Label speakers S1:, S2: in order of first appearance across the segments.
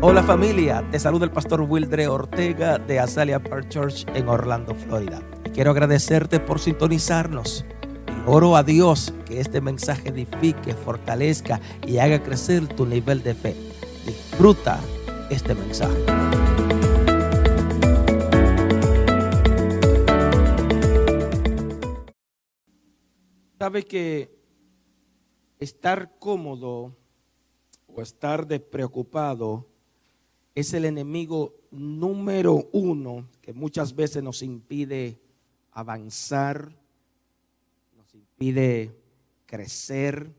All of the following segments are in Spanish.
S1: Hola familia, te saluda el pastor Wildre Ortega de Azalea Park Church en Orlando, Florida. Y quiero agradecerte por sintonizarnos. Y oro a Dios que este mensaje edifique, fortalezca y haga crecer tu nivel de fe. Disfruta este mensaje.
S2: Sabe que estar cómodo o estar despreocupado es el enemigo número uno que muchas veces nos impide avanzar, nos impide crecer.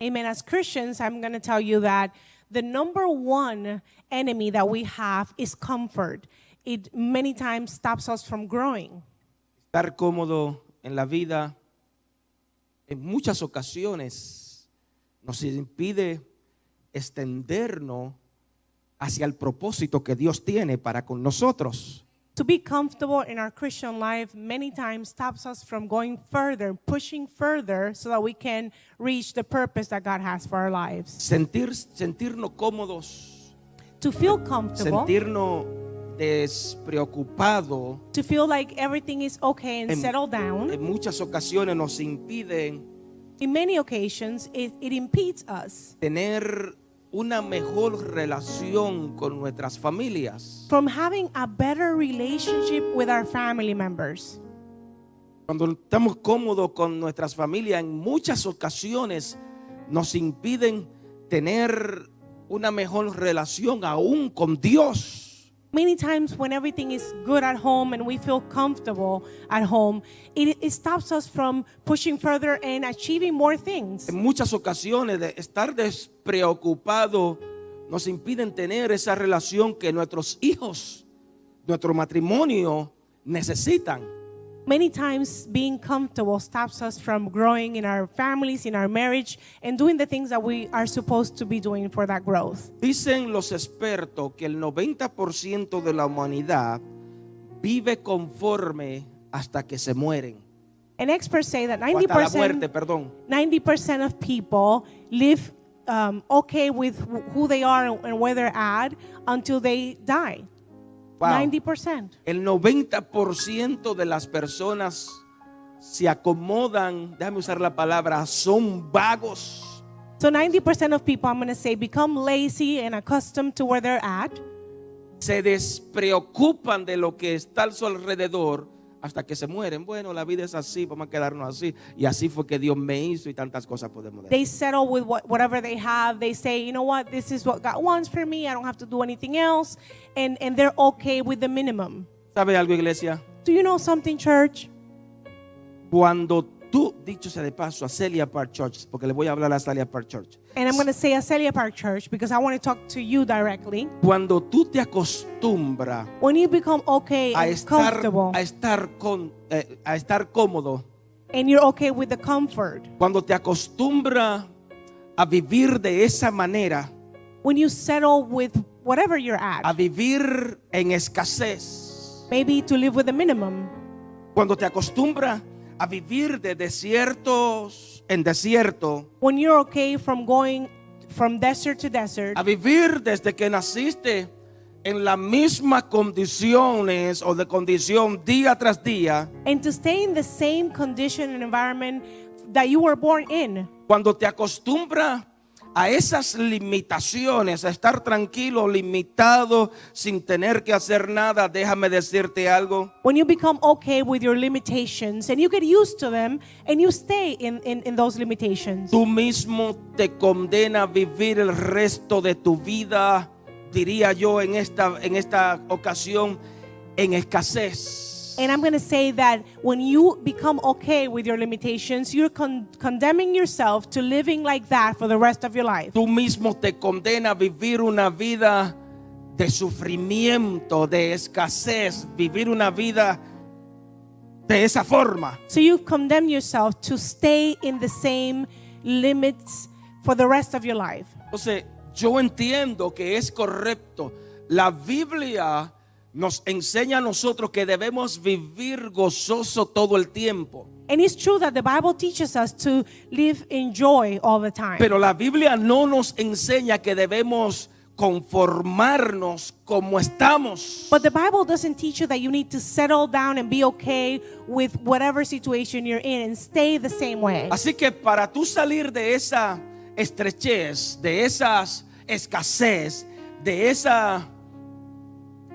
S3: Amen. As Christians, I'm going to tell you that the number one enemy that we have is comfort. It many times stops us from growing.
S2: Estar cómodo en la vida en muchas ocasiones nos impide extendernos hacia el propósito que Dios tiene para con nosotros.
S3: To be comfortable in our Christian life many times stops us from going further, pushing further so that we can reach the purpose that God has for our lives.
S2: Sentir, sentirnos cómodos,
S3: To feel comfortable,
S2: sentirnos despreocupados
S3: to feel like everything is okay and settle down,
S2: en muchas ocasiones nos impiden
S3: in many occasions, it, it impedes us
S2: tener una mejor relación con nuestras familias.
S3: from having a better relationship with our family members.
S2: Cuando estamos cómodos con nuestras familias, en muchas ocasiones nos impiden tener una mejor relación aún con Dios.
S3: Many times, when everything is good at home and we feel comfortable at home, it, it stops us from pushing further and achieving more things.
S2: En muchas ocasiones de estar despreocupado nos impiden tener esa relación que nuestros hijos, nuestro matrimonio necesitan.
S3: Many times, being comfortable stops us from growing in our families, in our marriage, and doing the things that we are supposed to be doing for that growth.
S2: Dicen los expertos que el 90% de la humanidad vive conforme hasta que se mueren.
S3: And experts say that
S2: o hasta la muerte,
S3: 90%,
S2: perdón.
S3: 90% of people live um, okay with wh- who they are and where they're at until they die.
S2: Wow.
S3: 90%.
S2: El 90% de las personas se acomodan, déjame usar la palabra, son vagos.
S3: So 90% of people, I'm going to say, become lazy and accustomed to where they're at.
S2: Se despreocupan de lo que está a su alrededor hasta que se mueren. Bueno, la vida es así, vamos a quedarnos así. Y así fue que Dios me hizo y tantas cosas podemos decir.
S3: They settle with what, whatever they have. They say, you know what, this is what God wants for me. I don't have to do anything else. And, and they're okay with the minimum.
S2: ¿Sabe algo, iglesia?
S3: Do you know something, church?
S2: Cuando tú, dicho sea de paso, a Celia Park Church, porque le voy a hablar a Celia Park Church.
S3: And I'm going to say Azalea Park Church because I want to talk to you directly.
S2: Cuando tú te acostumbras
S3: When you become okay
S2: a
S3: and
S2: estar,
S3: comfortable
S2: a estar, con, eh, a estar cómodo,
S3: and you're okay with the comfort,
S2: cuando te acostumbras a vivir de esa manera,
S3: when you settle with whatever you're at,
S2: a vivir en escasez,
S3: maybe to live with the minimum,
S2: cuando te acostumbras a vivir de desiertos en desierto,
S3: when you're okay from going from desert to desert,
S2: a vivir desde que naciste en las mismas condiciones o de condición día tras día,
S3: and to stay in the same condition and environment that you were born in.
S2: cuando te acostumbras a esas limitaciones, a estar tranquilo, limitado, sin tener que hacer nada, déjame decirte algo.
S3: When you become okay with your limitations and you get used to them and you stay in, in, in those limitations,
S2: Tú mismo te condena a vivir el resto de tu vida, diría yo en esta, en esta ocasión, en escasez.
S3: And I'm going to say that when you become okay with your limitations, you're con- condemning yourself to living like that for the rest of your life.
S2: Tú mismo te condena a vivir una vida de sufrimiento, de escasez, vivir una vida de esa forma.
S3: So you condemn yourself to stay in the same limits for the rest of your life.
S2: Entonces, yo entiendo que es correcto. La Biblia nos enseña a nosotros que debemos vivir gozoso todo el tiempo.
S3: And it's true that the Bible teaches us to live in joy all the time.
S2: Pero la Biblia no nos enseña que debemos conformarnos como estamos.
S3: But the Bible doesn't teach you that you need to settle down and be okay with whatever situation you're in and stay the same way.
S2: Así que para tú salir de esa estrechez, de esas escasez, de esa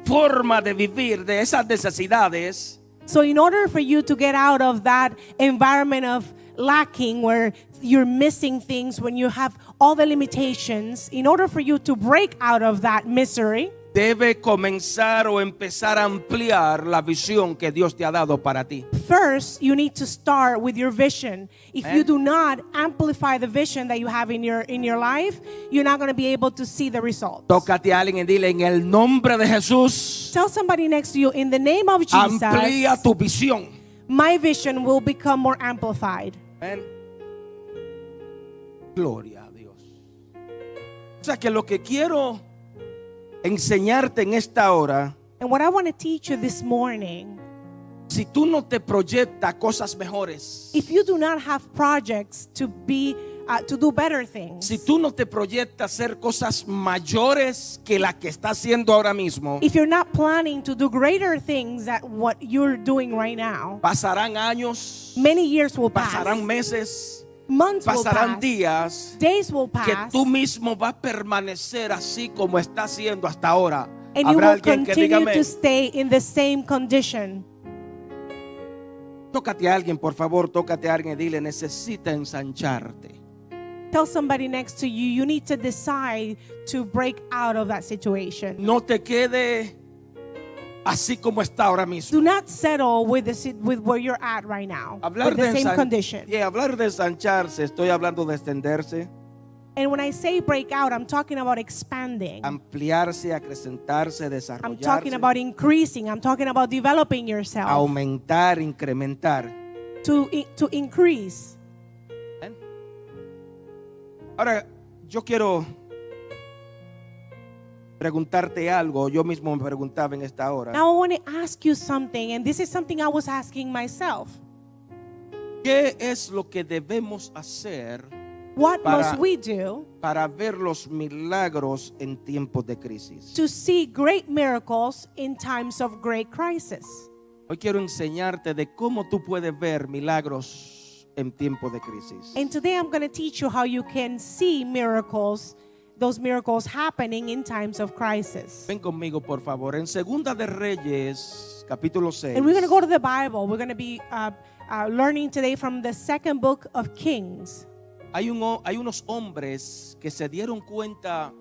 S2: forma de vivir, de esas necesidades,
S3: So, in order for you to get out of that environment of lacking where you're missing things, when you have all the limitations, in order for you to break out of that misery,
S2: debe comenzar o empezar a ampliar la visión que Dios te ha dado para ti.
S3: first you need to start with your vision. If you
S2: Amen.
S3: do not amplify the vision that you have in your in your life, you're not going to be able to see the results.
S2: Tócate a alguien y dile en el nombre de Jesús,
S3: Tell somebody next to you in the name of Jesus,
S2: amplía tu visión.
S3: my vision will become more amplified.
S2: Amén. Gloria a Dios. O sea que lo que quiero enseñarte en esta hora,
S3: And what I want to teach you this morning
S2: si tú no te proyectas cosas mejores,
S3: if you do not have projects to be uh, to do better things
S2: si tú no te proyectas hacer cosas mayores que la que estás haciendo ahora mismo,
S3: if you're not planning to do greater things than what you're doing right now
S2: pasarán años,
S3: many years will pass
S2: pasarán meses,
S3: months will
S2: pasarán
S3: pass
S2: días
S3: days will
S2: que
S3: pass
S2: tú mismo vas a permanecer así como estás haciendo hasta ahora.
S3: and you
S2: Habrá
S3: will
S2: alguien que diga
S3: continue
S2: amén.
S3: to stay in the same condition
S2: Tócate a alguien, por favor, tócate a alguien y dile, necesita ensancharte.
S3: tell somebody next to you you need to decide to break out of that situation
S2: No te quede así como está ahora mismo.
S3: do not settle with the si- with where you're at right now
S2: Hablar
S3: with the
S2: de,
S3: same
S2: ensan-
S3: condition
S2: Yeah, hablar de ensancharse, estoy hablando de extenderse,
S3: and when i say break out i'm talking about expanding
S2: ampliarse, acrecentarse,
S3: I'm
S2: desarrollarse,
S3: talking about increasing. I'm talking about developing yourself
S2: aumentar, incrementar.
S3: to i- to increase.
S2: Ahora, yo quiero preguntarte algo. Yo mismo me preguntaba en esta hora.
S3: Now I want to ask you something, and this is something I was asking myself.
S2: ¿Qué es lo que debemos hacer
S3: What
S2: Para-
S3: must we do
S2: para ver los milagros en tiempos de crisis?
S3: to see great miracles in times of great crisis?
S2: Hoy quiero enseñarte de cómo tú puedes ver milagros en tiempos de crisis.
S3: And today I'm going to teach you how you can see miracles, those miracles happening in times of crisis.
S2: Ven conmigo, por favor, en Segunda de Reyes, capítulo 6.
S3: And we're going to go to the Bible. We're going to be uh, uh, learning today from the second book of Kings.
S2: Hay, un ho- hay unos hombres que se dieron cuenta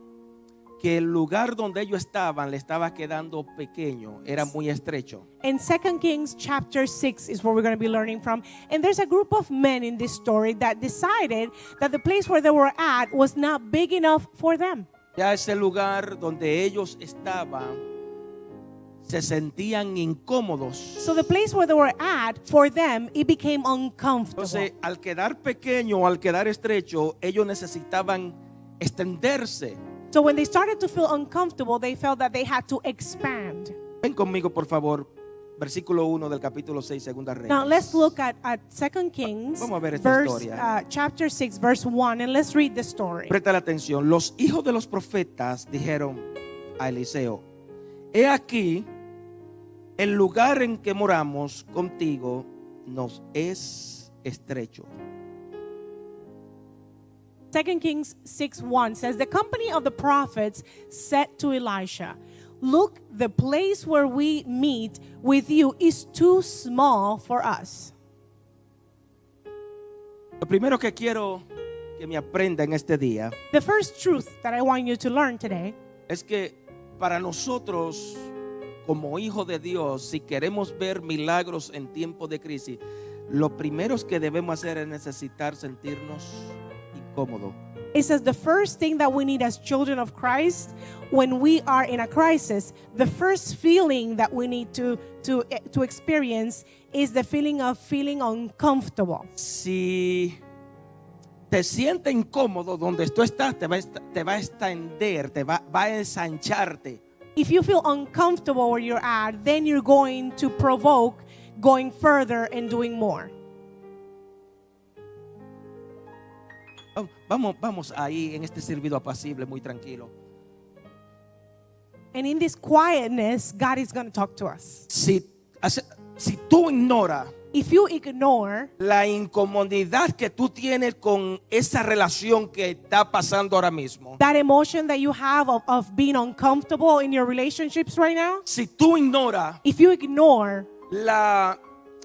S2: que el lugar donde ellos estaban le estaba quedando pequeño, era muy estrecho.
S3: In 2 Kings chapter 6 is where we're going to be learning from. And there's a group of men in this story that decided that the place where they were at was not big enough for them.
S2: Ya ese lugar donde ellos estaban se sentían incómodos.
S3: So the place where they were at, for them, it became uncomfortable.
S2: Entonces, al quedar pequeño, al quedar estrecho, ellos necesitaban extenderse.
S3: so when they started to feel uncomfortable, they felt that they had to expand.
S2: Ven conmigo, por favor, versículo 1 del capítulo 6, segunda Reyes.
S3: Now let's look at, at 2 Kings
S2: Vamos a ver esta
S3: verse,
S2: historia.
S3: uh, chapter 6, verse 1, and let's read the story.
S2: Presta la atención. Los hijos de los profetas dijeron a Eliseo, he aquí el lugar en que moramos contigo nos es estrecho.
S3: 2 Kings 6 1 says, The company of the prophets said to Elisha, Look, the place where we meet with you is too small for us.
S2: Lo primero que quiero que me aprenda en este día
S3: The first truth that I want you to learn today
S2: es que para nosotros, como hijos de Dios, si queremos ver milagros en tiempos de crisis, lo primero que debemos hacer es necesitar sentirnos incómodos.
S3: it says, The first thing that we need as children of Christ when we are in a crisis, the first feeling that we need to, to, to experience is the feeling of feeling uncomfortable.
S2: Si te sientes incómodo donde tú estás, te va a, est- te va a extender, te va, va a ensancharte.
S3: If you feel uncomfortable where you're at, then you're going to provoke going further and doing more.
S2: Vamos, vamos ahí en este servido apacible, muy tranquilo.
S3: And in this quietness, God is going to talk to us.
S2: Si, hace- si tú ignoras
S3: If you ignore
S2: la incomodidad que tú tienes con esa relación que está pasando ahora mismo,
S3: that emotion that you have of, of being uncomfortable in your relationships right now,
S2: si tú ignoras
S3: if you ignore
S2: la,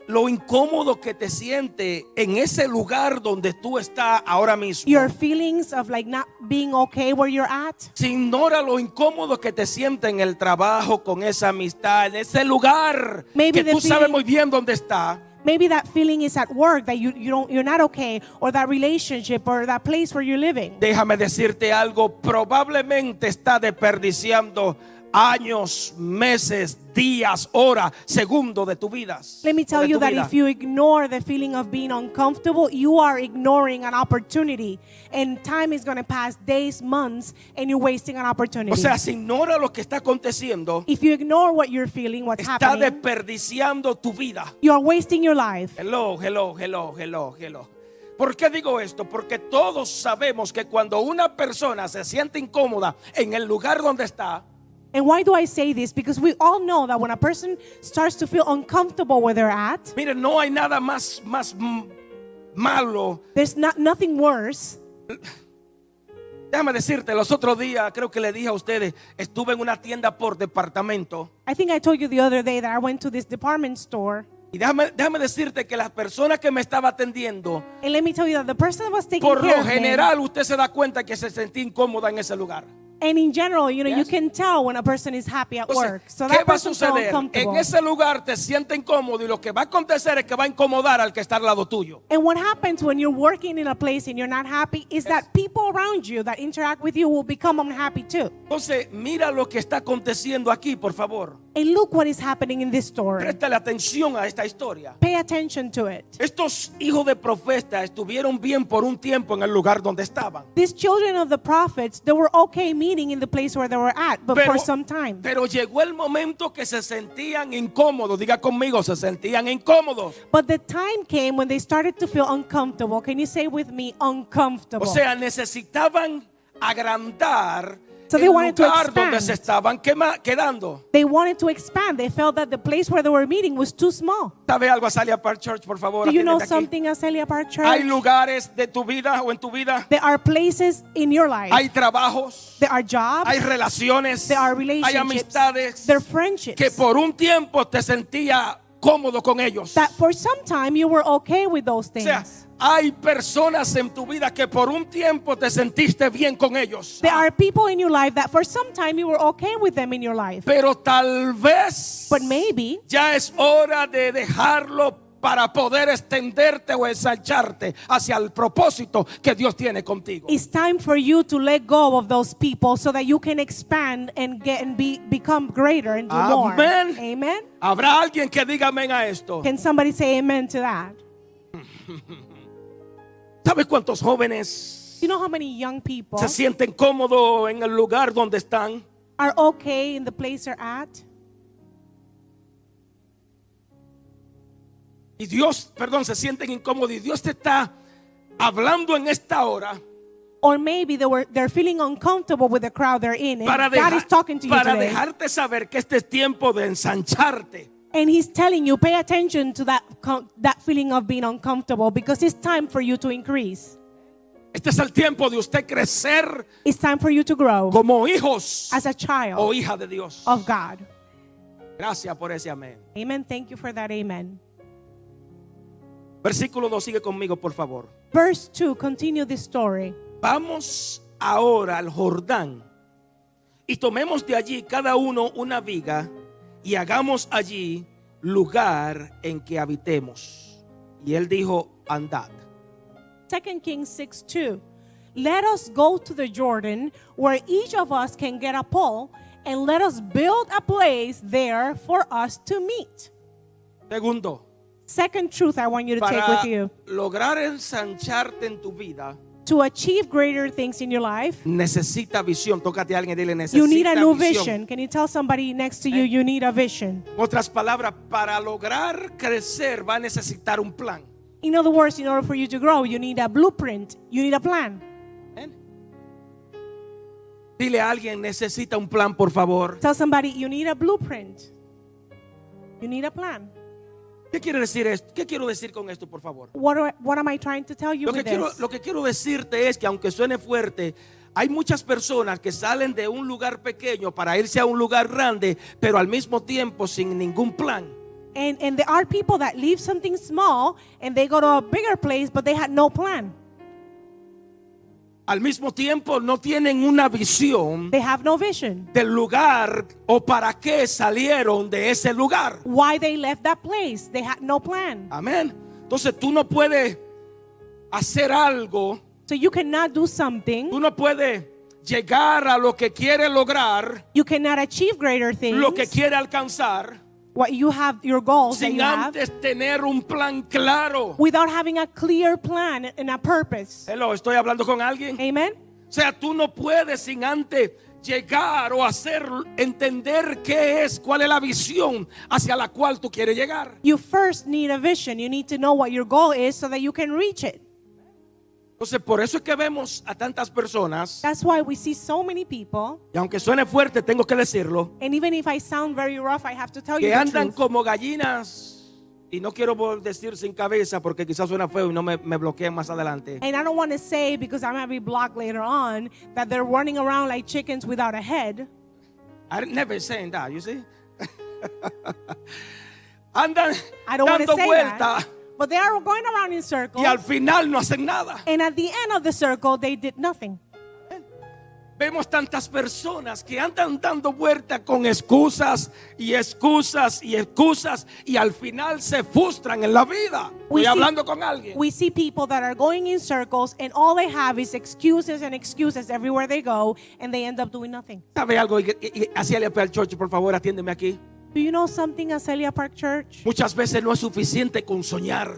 S2: lo incómodo que te siente en ese lugar donde tú estás ahora mismo,
S3: your feelings of like not being okay where you're at,
S2: si ignora lo incómodo que te siente en el trabajo, con esa amistad, en ese lugar que
S3: Maybe the
S2: tú sabes
S3: feeling-
S2: muy bien dónde está,
S3: maybe that feeling is at work that you, you don't you're not okay, or that relationship or that place where you're living.
S2: Déjame decirte algo, probablemente está desperdiciando años, meses, días, horas, segundos de tu vida.
S3: Let me tell
S2: de
S3: you
S2: tu
S3: that
S2: vida.
S3: if you ignore the feeling of being uncomfortable, you are ignoring an opportunity. And time is going to pass days, months, and you're wasting an opportunity.
S2: o sea, si ignora lo que está aconteciendo,
S3: if you ignore what you're feeling, what's
S2: está
S3: happening,
S2: desperdiciando tu vida.
S3: you're wasting your life.
S2: Hello, hello, hello, hello, hello. ¿Por qué digo esto? Porque todos sabemos que cuando una persona se siente incómoda en el lugar donde está,
S3: And why do I say this? Because we all know that when a person starts to feel uncomfortable where they're at,
S2: mire, no hay nada más, más mm, malo
S3: there's not nothing worse.
S2: Déjame decirte, los otros días creo que le dije a ustedes, estuve en una tienda por departamento.
S3: I think I told you the other day that I went to this department store.
S2: Y déjame, déjame decirte que las personas que me estaba atendiendo,
S3: And let me tell you that the person that was taking
S2: por
S3: care
S2: lo
S3: of me-
S2: general usted se da cuenta que se sentía incómoda en ese lugar.
S3: and in general, you know, you
S2: Yes.
S3: can tell when a person is happy at
S2: Entonces,
S3: work. So
S2: ¿qué
S3: that
S2: va a
S3: person felt
S2: suceder? En
S3: uncomfortable.
S2: ese lugar te siente incómodo y lo que va a acontecer es que va a incomodar al que está al lado tuyo.
S3: And what happens when you're working in a place and you're not happy is that people around you that interact with you will become unhappy too.
S2: Entonces, mira lo que está aconteciendo aquí, por favor.
S3: And look what is happening in this story.
S2: Préstale atención a esta historia.
S3: Pay attention to it.
S2: Estos hijos de profeta estuvieron bien por un tiempo en el lugar donde estaban.
S3: These children of the prophets, they were okay meeting in the place where they were at, but for some time.
S2: pero llegó el momento que se sentían incómodos. Diga conmigo, se sentían incómodos.
S3: But the time came when they started to feel uncomfortable. Can you say with me,
S2: O
S3: uncomfortable?
S2: sea, necesitaban agrandar
S3: So
S2: el
S3: they wanted to
S2: lugar
S3: expand.
S2: donde se estaban quema- quedando.
S3: they wanted to expand. They felt that the place where they were meeting was too small.
S2: ¿Sabe algo, Azalia Park Church, por favor?
S3: Do you know
S2: atiéndete aquí.
S3: something, Azalea Park Church?
S2: Hay lugares de tu vida o en tu vida.
S3: there are places in your life.
S2: Hay trabajos,
S3: there are jobs.
S2: hay relaciones,
S3: there are
S2: hay
S3: relationships.
S2: amistades
S3: there are friendships.
S2: que por un tiempo te sentía cómodo con ellos.
S3: that for some time you were okay with those
S2: O
S3: things.
S2: sea, hay personas en tu vida que por un tiempo te sentiste bien con ellos.
S3: there are people in your life that for some time you were okay with them in your life.
S2: Pero tal vez
S3: but maybe
S2: ya es hora de dejarlo para poder extenderte o ensancharte hacia el propósito que Dios tiene contigo.
S3: It's time for you to let go of those people so that you can expand and get and be become greater and do
S2: Amen.
S3: more. Amen.
S2: Habrá alguien que diga amén a esto.
S3: Can somebody say amen to that?
S2: ¿Sabes cuántos jóvenes
S3: You know how many young people
S2: se sienten cómodos en el lugar donde están?
S3: are okay in the place they're at?
S2: Y Dios, perdón, se sienten incómodos y Dios te está hablando en esta hora.
S3: Or maybe they were they're feeling uncomfortable with the crowd they're in. And
S2: para,
S3: God
S2: deja-
S3: is talking to you
S2: para
S3: today.
S2: dejarte saber que este es tiempo de ensancharte.
S3: and he's telling you, pay attention to that com- that feeling of being uncomfortable because it's time for you to increase.
S2: Este es el tiempo de usted crecer
S3: It's time for you to grow
S2: como hijos
S3: as a child
S2: o hija de Dios.
S3: of God.
S2: Gracias por ese amén.
S3: Amen. Thank you for that. Amen.
S2: Versículo 2, sigue conmigo, por favor.
S3: Verse 2 continue this story.
S2: Vamos ahora al Jordán y tomemos de allí cada uno una viga y hagamos allí lugar en que habitemos. Y él dijo, andad.
S3: 2 Kings 6 2. Let us go to the Jordan where each of us can get a pole and let us build a place there for us to meet.
S2: Segundo,
S3: Second truth I want you to take
S2: para
S3: with you
S2: lograr ensancharte en tu vida,
S3: to achieve greater things in your life,
S2: necesita visión. Tócate a alguien y dile, necesita
S3: you need a new
S2: visión.
S3: vision. Can you tell somebody next to you you need a vision?
S2: En otras palabras, para lograr crecer va a necesitar un plan.
S3: In other words, in order for you to grow, you need a blueprint, you need a plan.
S2: Amén. Dile a alguien, necesita un plan, por favor.
S3: Tell somebody you need a blueprint. You need a plan.
S2: ¿Qué quiere decir esto? ¿Qué quiero decir con esto, por favor?
S3: What do I- what am I trying to tell you
S2: Lo que,
S3: with
S2: quiero,
S3: this?
S2: lo que quiero decirte es que aunque suene fuerte, hay muchas personas que salen de un lugar pequeño para irse a un lugar grande, pero al mismo tiempo sin ningún plan.
S3: And and there are people that leave something small and they go to a bigger place but they had no plan.
S2: Al mismo tiempo no tienen una visión
S3: They have no vision.
S2: del lugar o para qué salieron de ese lugar.
S3: Why they left that place? They had no plan.
S2: Amén. Entonces tú no puedes hacer algo,
S3: So you cannot do something.
S2: tú no puedes llegar a lo que quiere lograr,
S3: You cannot achieve greater things.
S2: lo que quiere alcanzar,
S3: what you have your goals that
S2: sin
S3: you have
S2: antes tener un plan claro.
S3: without having a clear plan and a purpose.
S2: Hello, estoy hablando con alguien.
S3: Amen.
S2: O sea, tú no puedes sin antes llegar o hacer entender qué es, cuál es la visión hacia la cual tú quieres llegar.
S3: You first need a vision. You need to know what your goal is so that you can reach it.
S2: Entonces, por eso es que vemos a tantas personas,
S3: That's why we see so many people,
S2: y aunque suene fuerte, tengo que decirlo,
S3: and even if I sound very rough, I have to tell you
S2: que
S3: the
S2: andan
S3: truth.
S2: como gallinas. Y no quiero vol- decir sin cabeza porque quizás suena feo y no me, me bloquean más adelante.
S3: And I don't want to say because I might be blocked later on that they're running around like chickens without a head.
S2: I never saying that, you see? andan
S3: I don't want to
S2: dando
S3: say
S2: vueltas
S3: that. But they are going around in
S2: y al
S3: circles.
S2: final no hacen nada.
S3: And at the end of the circle, they did nothing.
S2: Vemos tantas personas que andan dando vuelta con excusas y excusas y excusas y al final se frustran en la vida. Estoy
S3: We see-
S2: hablando con alguien.
S3: We see people that are going in circles and all they have is excuses and excuses everywhere they go and they end up doing nothing.
S2: ¿Sabe algo? Y, y, y así le al church, por favor, atiéndeme aquí.
S3: Do you know something, Acelia Park Church?
S2: Muchas veces no es suficiente con soñar.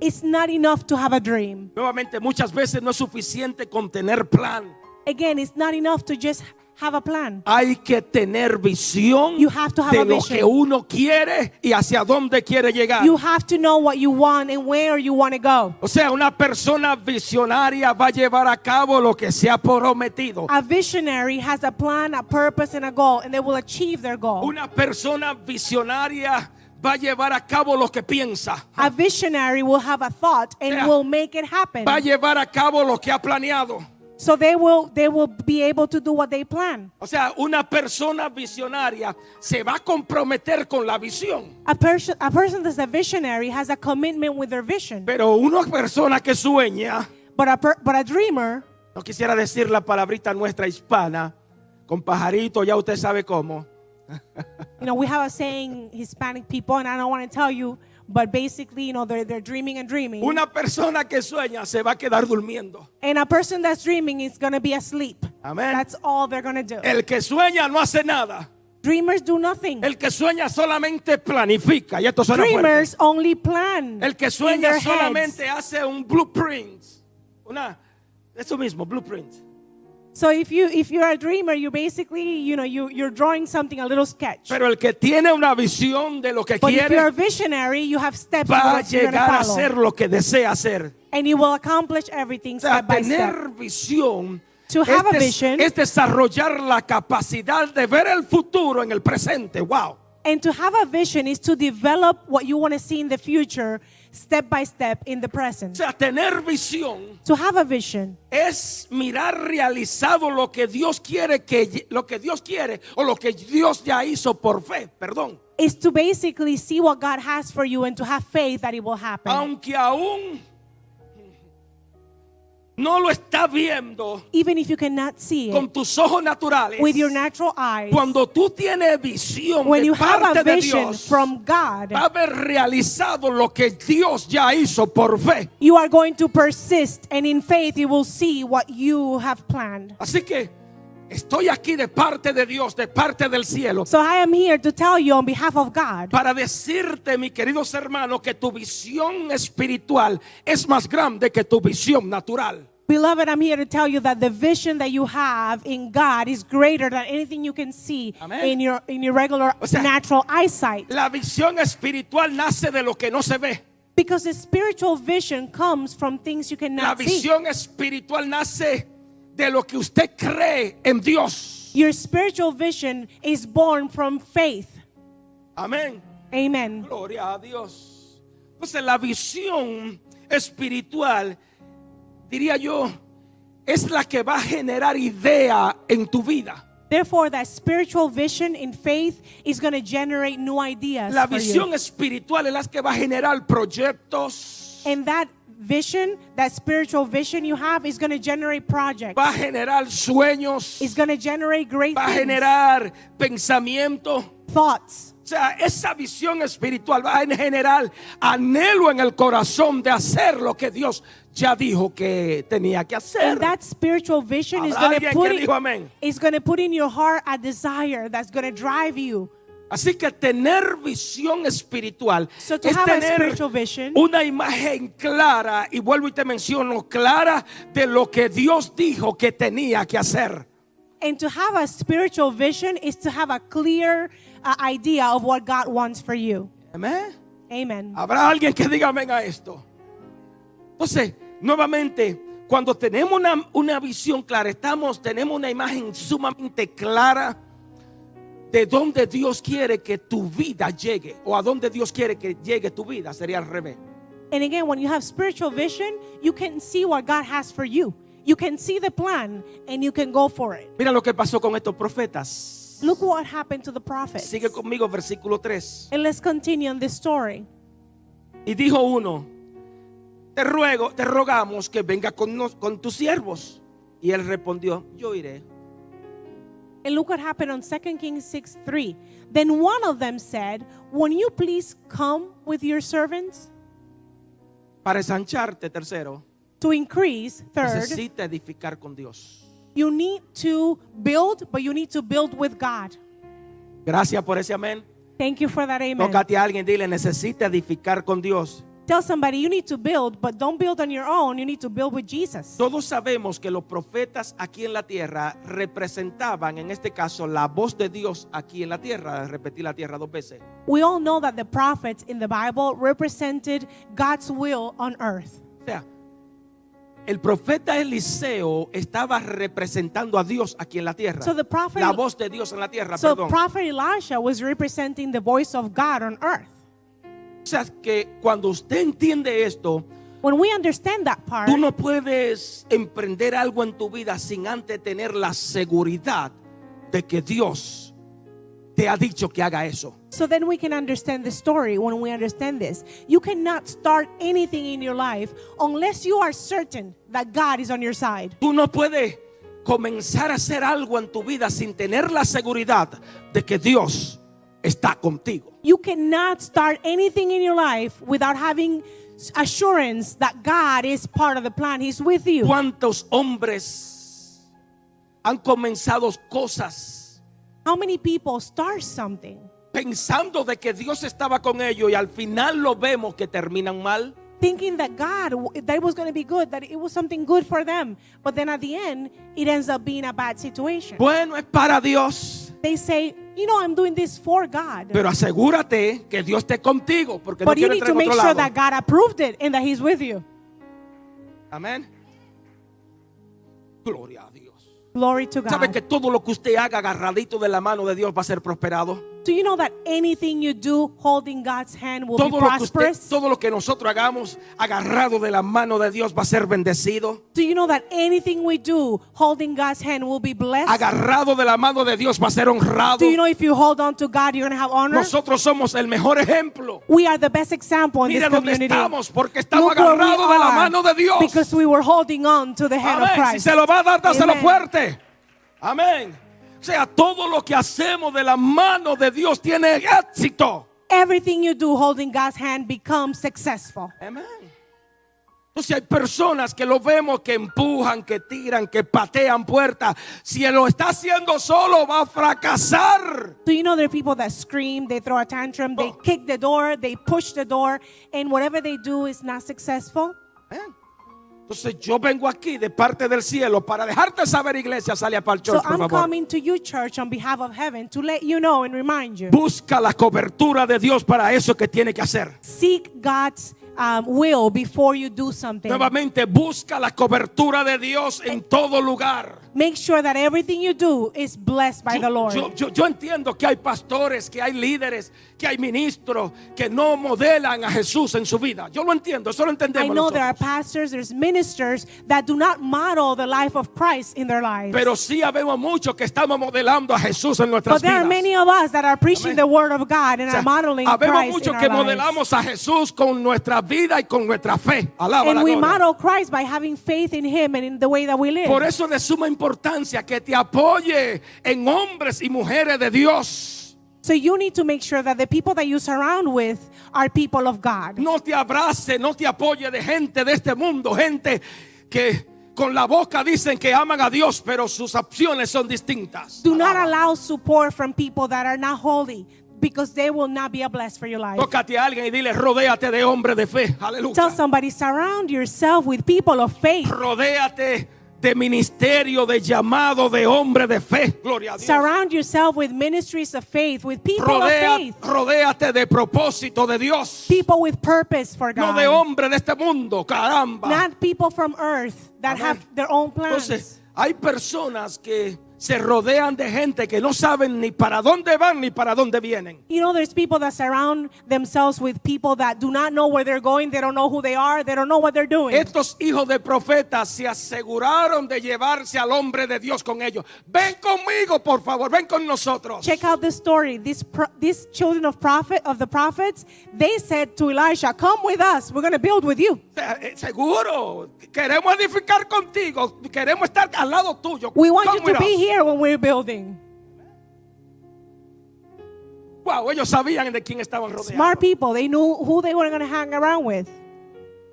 S3: It's not enough to have a dream.
S2: Nuevamente, muchas veces no es suficiente con tener plan.
S3: Again, it's not enough to just have a plan.
S2: Hay que tener visión
S3: You have to have
S2: de
S3: a
S2: lo
S3: vision.
S2: que uno quiere y hacia dónde quiere llegar.
S3: You have to know what you want and where you want to go.
S2: O sea, una persona visionaria va a llevar a cabo lo que se ha prometido.
S3: A visionary has a plan, a purpose, and a goal, and they will achieve their goal.
S2: Una persona visionaria va a llevar a cabo lo que piensa.
S3: A visionary will have a thought
S2: Yeah.
S3: and will make it happen.
S2: Va a llevar a cabo lo que ha planeado.
S3: So they will they will be able to do what they plan.
S2: O sea, una persona visionaria se va a comprometer con la visión.
S3: A person, a person that's a visionary has a commitment with their vision.
S2: Pero una persona que sueña,
S3: But a, per, but a dreamer,
S2: no quisiera decir la palabrita nuestra hispana, con pajarito, ya usted sabe cómo.
S3: you know, we have a saying, Hispanic people, and I don't want to tell you, but basically, you know, they're, they're dreaming and dreaming.
S2: Una persona que sueña se va a quedar durmiendo.
S3: and a person that's dreaming is going to be asleep.
S2: Amen.
S3: That's all they're going to do.
S2: El que sueña no hace nada.
S3: Dreamers do nothing.
S2: El que sueña solamente planifica. Y esto suena fuerte.
S3: Dreamers only plan.
S2: El que
S3: in
S2: sueña
S3: their
S2: solamente
S3: heads.
S2: hace un blueprint. Una, eso mismo, blueprint.
S3: So if you if you're a dreamer, you basically, you know, you you're drawing something a little sketch.
S2: Pero el que tiene una visión de lo que
S3: but if you're a
S2: quiere
S3: visionary, you have steps you're
S2: va a
S3: gonna- you're going to
S2: llegar a
S3: follow.
S2: hacer lo que desea hacer.
S3: and you will accomplish everything
S2: O sea,
S3: step by step.
S2: tener visión
S3: Ah, To
S2: es,
S3: have a
S2: des-
S3: vision.
S2: es desarrollar la capacidad de ver el futuro en el presente. Wow.
S3: And to have a vision is to develop what you want to see in the future step by step in the
S2: O
S3: present.
S2: sea, tener visión
S3: To have a vision
S2: es mirar realizado lo que Dios quiere que lo que Dios quiere o lo que Dios ya hizo por fe, perdón.
S3: is to basically see what God has for you and to have faith that it will happen.
S2: aunque aún no lo está viendo
S3: Even if you cannot see it
S2: con tus ojos naturales,
S3: with your natural eyes,
S2: cuando tú tienes visión
S3: when
S2: de
S3: you have
S2: parte
S3: a
S2: de
S3: vision
S2: Dios,
S3: from God,
S2: va a haber realizado lo que Dios ya hizo por fe.
S3: you are going to persist and in faith you will see what you have planned.
S2: Así que estoy aquí de parte de Dios, de parte del cielo,
S3: So I am here to tell you on behalf of God
S2: para decirte, mis queridos hermanos, que tu visión espiritual es más grande que tu visión natural.
S3: Beloved, I'm here to tell you that the vision that you have in God is greater than anything you can see
S2: Amen.
S3: in your in your regular
S2: O sea,
S3: natural eyesight.
S2: La visión espiritual nace de lo que no se ve.
S3: Because the spiritual vision comes from things you
S2: La
S3: cannot see.
S2: visión espiritual nace de lo que usted cree en Dios.
S3: Your spiritual vision is born from faith.
S2: Amén.
S3: Amen.
S2: Gloria a Dios. Entonces la visión espiritual, diría yo, es la que va a generar idea en tu vida.
S3: Therefore, that spiritual vision in faith is going to generate new ideas.
S2: La
S3: for you.
S2: visión espiritual es la que va a generar proyectos,
S3: And that vision, that spiritual vision you have, is going to generate projects.
S2: va a generar sueños,
S3: It's going to generate great
S2: va a
S3: things,
S2: generar pensamiento.
S3: thoughts.
S2: O sea, esa visión espiritual va a generar anhelo en el corazón de hacer lo que Dios ya dijo que tenía que hacer.
S3: And that spiritual vision is
S2: Habrá
S3: going to
S2: alguien
S3: put
S2: que
S3: in,
S2: dijo amén.
S3: is going to put in your heart a desire that's going to drive you.
S2: Así que tener visión espiritual
S3: So to
S2: es
S3: have a
S2: tener
S3: spiritual vision-
S2: una imagen clara, y vuelvo y te menciono, clara de lo que Dios dijo que tenía que hacer.
S3: And to have a spiritual vision is to have a clear uh, idea of what God wants for you.
S2: Amén.
S3: Amen.
S2: Habrá alguien que diga amén a esto. Entonces, nuevamente, cuando tenemos una, una visión clara, estamos, tenemos una imagen sumamente clara de dónde Dios quiere que tu vida llegue o a dónde Dios quiere que llegue tu vida, sería al revés.
S3: And again, when you have spiritual vision, you can see what God has for you. You can see the plan and you can go for it.
S2: Mira lo que pasó con estos profetas.
S3: Look what happened to the prophets.
S2: Sigue conmigo, versículo 3.
S3: And let's continue on this story.
S2: Y dijo uno, te ruego, te rogamos que venga con, nos- con tus siervos. Y él respondió, yo iré.
S3: And look what happened on 2 Kings 6 3. Then one of them said, Won't you please come with your servants?
S2: Para ensancharte, tercero,
S3: To increase, third,
S2: necesita edificar con Dios.
S3: you need to build, but you need to build with God.
S2: Gracias por ese amén.
S3: Thank you for that, amen.
S2: Tócate a alguien, dile, necesita edificar con Dios.
S3: Tell somebody you need to build, but don't build on your own. You need to build with Jesus.
S2: Todos sabemos que los profetas aquí en la tierra representaban, en este caso, la voz de Dios aquí en la tierra. Repetí la tierra dos veces.
S3: We all know that the prophets in the Bible represented God's will on earth.
S2: O sea, el profeta Eliseo estaba representando a Dios aquí en la tierra.
S3: So the prophet-
S2: la voz de Dios en la tierra,
S3: So
S2: perdón.
S3: Prophet Elisha was representing the voice of God on earth.
S2: o sea, que cuando usted entiende esto,
S3: When we understand that part,
S2: tú no puedes emprender algo en tu vida sin antes tener la seguridad de que Dios te ha dicho que haga eso.
S3: so then we can understand the story when we understand this. You cannot start anything in your life unless you are certain that God is on your side.
S2: Tú no puedes comenzar a hacer algo en tu vida sin tener la seguridad de que Dios está contigo.
S3: You cannot start anything in your life without having assurance that God is part of the plan. He's with you.
S2: ¿Cuántos hombres han comenzado cosas
S3: How many people start something
S2: pensando de que Dios estaba con ellos y al final lo vemos que terminan mal?
S3: thinking that God that it was going to be good, that it was something good for them, but then at the end it ends up being a bad situation.
S2: Bueno, es para Dios,
S3: They say, you know, I'm doing this for God,
S2: pero asegúrate que Dios esté contigo porque no
S3: but you
S2: quiero
S3: need
S2: entrar
S3: to
S2: en
S3: make
S2: otro
S3: sure
S2: lado.
S3: that God approved it and that He's with you.
S2: Amén. Gloria a Dios.
S3: Glory to
S2: ¿Sabe
S3: God.
S2: que todo lo que usted haga agarradito de la mano de Dios va a ser prosperado?
S3: Do you know that anything you do holding God's hand will be
S2: Todo lo, que usted-
S3: prosperous?
S2: todo lo que nosotros hagamos agarrado de la mano de Dios va a ser bendecido.
S3: Do you know that anything we do holding God's hand will be blessed?
S2: Agarrado de la mano de Dios va a ser honrado.
S3: Do you know if you hold on to God, you're going to have honor?
S2: Nosotros somos el mejor ejemplo.
S3: We are the best example in
S2: Mira
S3: this
S2: dónde
S3: community.
S2: estamos, porque estamos
S3: Look where we
S2: agarrados de la
S3: are,
S2: mano de Dios.
S3: Because we were holding on to the head of
S2: Amén. Si
S3: Christ.
S2: se lo va a dar, dáselo
S3: Amen.
S2: fuerte. Amén. O sea, todo lo que hacemos de la mano de Dios tiene éxito.
S3: Everything you do holding God's hand becomes successful.
S2: Amén. Entonces hay personas que lo vemos que empujan, que tiran, que patean puertas. Si él lo está haciendo solo, va a fracasar.
S3: Do you know there are people that scream, they throw a tantrum, they
S2: Oh.
S3: kick the door, they push the door, and whatever they do is not successful?
S2: Amén. Entonces yo vengo aquí de parte del cielo para dejarte saber, iglesia, sale a Palchor,
S3: So
S2: por
S3: I'm
S2: favor.
S3: coming to you, church, on behalf of heaven to let you know and remind you.
S2: Busca la cobertura de Dios para eso que tiene que hacer.
S3: Seek God's um, will before you do something.
S2: Nuevamente busca la cobertura de Dios en todo lugar.
S3: Make sure that everything you do is blessed by the
S2: Yo,
S3: Lord.
S2: yo- yo- yo entiendo que hay pastores, que hay líderes, que hay ministros que no modelan a Jesús en su vida. Yo lo entiendo, eso lo
S3: I
S2: entendemos.
S3: know there are
S2: nosotros.
S3: pastors, there's ministers that do not model the life of Christ in their lives.
S2: Pero sí habemos muchos que estamos modelando a Jesús en nuestras
S3: but there are
S2: vidas.
S3: many of us that are preaching
S2: Amén.
S3: the word of God and
S2: O sea,
S3: are modeling
S2: habemos
S3: Christ in
S2: muchos
S3: our
S2: que
S3: lives.
S2: modelamos a Jesús con nuestra vida y con nuestra fe. Alaba la
S3: And we
S2: gloria.
S3: model Christ by having faith in Him and in the way that we live.
S2: Por eso de suma importancia que te apoye en hombres y mujeres de Dios.
S3: so you need to make sure that the people that you surround with are people of God.
S2: No te abrace, no te apoye de gente de este mundo, gente que con la boca dicen que aman a Dios, pero sus acciones son distintas.
S3: Do not allow support from people that are not holy because they will not be a bless for your life.
S2: Tócate a alguien y dile, rodéate de hombres de fe. Aleluya.
S3: Tell somebody, surround yourself with people of faith.
S2: Rodéate de ministerio, de llamado, de hombre de fe. Gloria a Dios.
S3: Surround yourself with ministries of faith, with people
S2: Rodea-
S3: of faith,
S2: rodéate de propósito de Dios.
S3: people with purpose for
S2: No
S3: God,
S2: de hombre de este mundo, caramba.
S3: not people from earth that
S2: Amén.
S3: have their own plans.
S2: Entonces, hay personas que se rodean de gente que no saben ni para dónde van ni para dónde vienen.
S3: you know, there's people that surround themselves with people that do not know where they're going, they don't know who they are, they don't know what they're doing.
S2: Estos hijos de profetas se aseguraron de llevarse al hombre de Dios con ellos. Ven conmigo, por favor, ven con nosotros.
S3: Check out this story. These pro- these children of prophet of the prophets, they said to Elisha, "Come with us. We're going to build with you.
S2: Eh, eh, Seguro, queremos edificar contigo, queremos estar al lado tuyo.
S3: We want
S2: Come
S3: you
S2: with
S3: to be
S2: us.
S3: here when we're building."
S2: Wow, ellos sabían de quién estaban rodeados.
S3: Smart people. They knew who they were going to hang around with.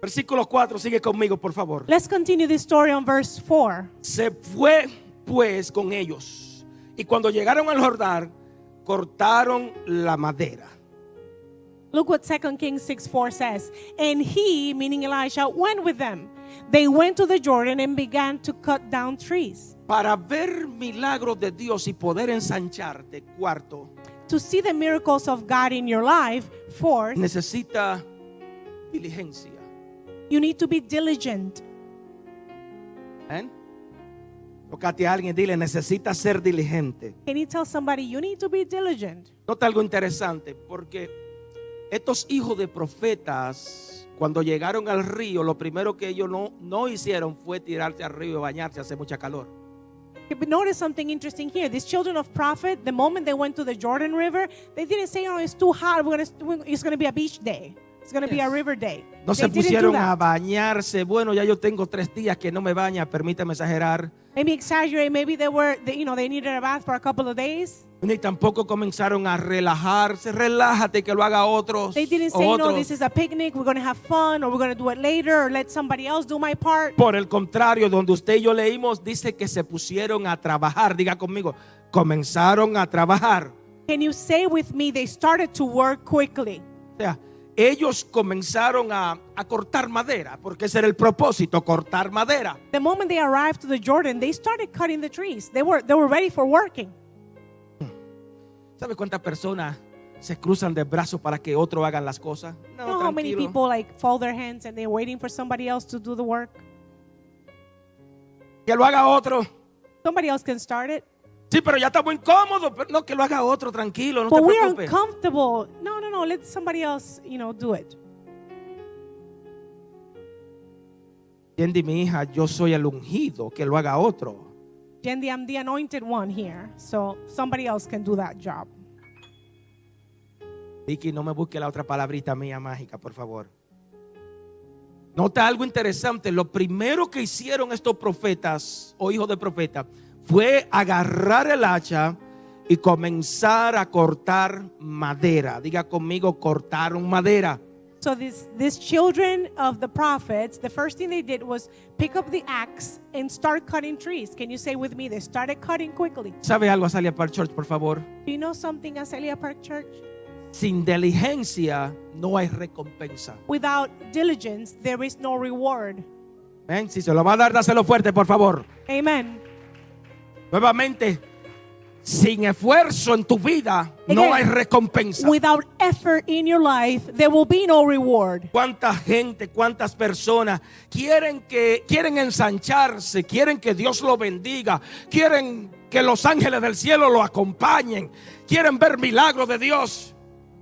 S2: Versículo 4, sigue conmigo, por favor.
S3: Let's continue this story on verse 4.
S2: Se fue pues con ellos. Y cuando llegaron al Jordán, cortaron la madera.
S3: Look what 2 Kings 6 4 says. And he, meaning Elisha, went with them. They went to the Jordan and began to cut down trees.
S2: Para ver milagros de Dios y poder ensancharte, cuarto,
S3: To see the miracles of God in your life, fourth,
S2: necesita diligencia.
S3: you need to be diligent.
S2: ¿Ven? Tócate ¿Eh? a alguien, dile, necesita ser diligente.
S3: Can you tell somebody you need to be diligent?
S2: Nota algo interesante, porque estos hijos de profetas, cuando llegaron al río, lo primero que ellos no, no hicieron fue tirarse al río y bañarse, hace mucha calor.
S3: But notice something interesting here. These children of prophet, the moment they went to the Jordan River, they didn't say, "Oh, it's too hot. We're gonna, it's going to be a beach day. It's going to be a
S2: Yes.
S3: river day."
S2: No
S3: they
S2: se
S3: didn't do
S2: pusieron
S3: that.
S2: a bañarse. Bueno, ya yo tengo tres días que no me baña, permítame exagerar.
S3: Maybe exaggerate. Maybe they were, they, you know, they needed a bath for a couple of days.
S2: Ni tampoco comenzaron a relajarse. Relájate que lo haga otros.
S3: They didn't say,
S2: o
S3: "No,
S2: otros.
S3: this is a picnic. We're going to have fun, or we're going to do it later, or let somebody else do my part."
S2: Por el contrario, donde usted y yo leímos, dice que se pusieron a trabajar. Diga conmigo, comenzaron a trabajar.
S3: Can you say with me? They started to work quickly.
S2: O sea, ellos comenzaron a, a cortar madera, porque ese era el propósito, cortar madera.
S3: The moment they arrived to the Jordan, they started cutting the trees. They were they were ready for working.
S2: ¿Sabe cuántas personas se cruzan de brazos para que otro hagan las cosas? No,
S3: You know how many
S2: tranquilo.
S3: people like fold their hands and they're waiting for somebody else to do the work?
S2: Que lo haga otro.
S3: Somebody else can start it.
S2: Sí, pero ya estamos incómodos. Pero no, que lo haga otro, tranquilo, no
S3: but
S2: te
S3: we're
S2: preocupes.
S3: uncomfortable. No, no, no. Let somebody else, you know, do it.
S2: Entiende, mi hija, yo soy el ungido, que lo haga otro.
S3: Jendi, I'm the anointed one here. So somebody else can do that job.
S2: Vicky, no me busque la otra palabrita mía mágica, por favor. Nota algo interesante. Lo primero que hicieron estos profetas o hijos de profetas fue agarrar el hacha y comenzar a cortar madera. Diga conmigo, cortaron madera.
S3: So these these children of the prophets, the first thing they did was pick up the axe and start cutting trees. Can you say with me? They started cutting quickly.
S2: ¿Sabe algo, Azalia Park Church, por favor?
S3: Do you know something, Azalea Park Church?
S2: Sin diligencia no hay recompensa.
S3: Without diligence, there is no reward.
S2: Amén. Si se lo va a dar, dáselo fuerte, por favor.
S3: Amen.
S2: Nuevamente, Sin esfuerzo en tu vida no
S3: Again,
S2: hay recompensa.
S3: Without effort in your life, there will be no reward.
S2: Cuánta gente, cuántas personas quieren que quieren ensancharse, quieren que Dios lo bendiga, quieren que los ángeles del cielo lo acompañen, quieren ver milagros de Dios.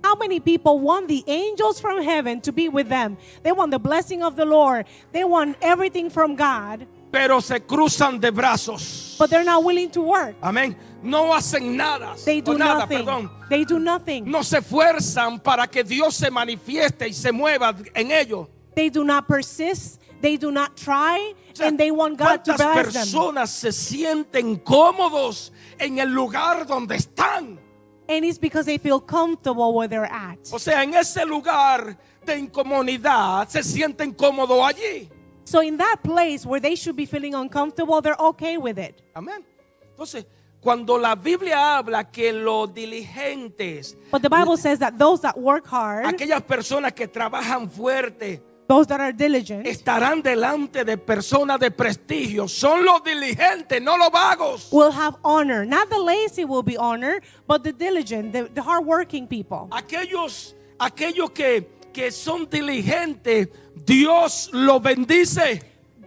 S3: How many people want the angels from heaven to be with them? They want the blessing of the Lord. They want everything from God,
S2: pero se cruzan de brazos.
S3: but they're not willing to work.
S2: Amén. No hacen nada.
S3: They
S2: o
S3: do
S2: Oh, nada,
S3: nothing.
S2: perdón.
S3: They do nothing.
S2: No se esfuerzan para que Dios se manifieste y se mueva en ello.
S3: They do not persist. They do not try,
S2: O sea,
S3: and they want God to
S2: ¿Cuántas
S3: bless them.
S2: personas se sienten cómodos en el lugar donde están?
S3: And it's because they feel comfortable where they're at.
S2: O sea, en ese lugar de incomodidad se sienten cómodos allí.
S3: So in that place where they should be feeling uncomfortable, they're okay with it.
S2: Amén. Entonces, cuando la Biblia habla que los diligentes,
S3: But the Bible says that those that work hard,
S2: aquellas personas que trabajan fuerte,
S3: those that are diligent,
S2: estarán delante de personas de prestigio. Son los diligentes, no los vagos.
S3: will have honor. Not the lazy will be honored, but the diligent, the, the hardworking people.
S2: Aquellos, aquellos que, que son diligentes, Dios los bendice.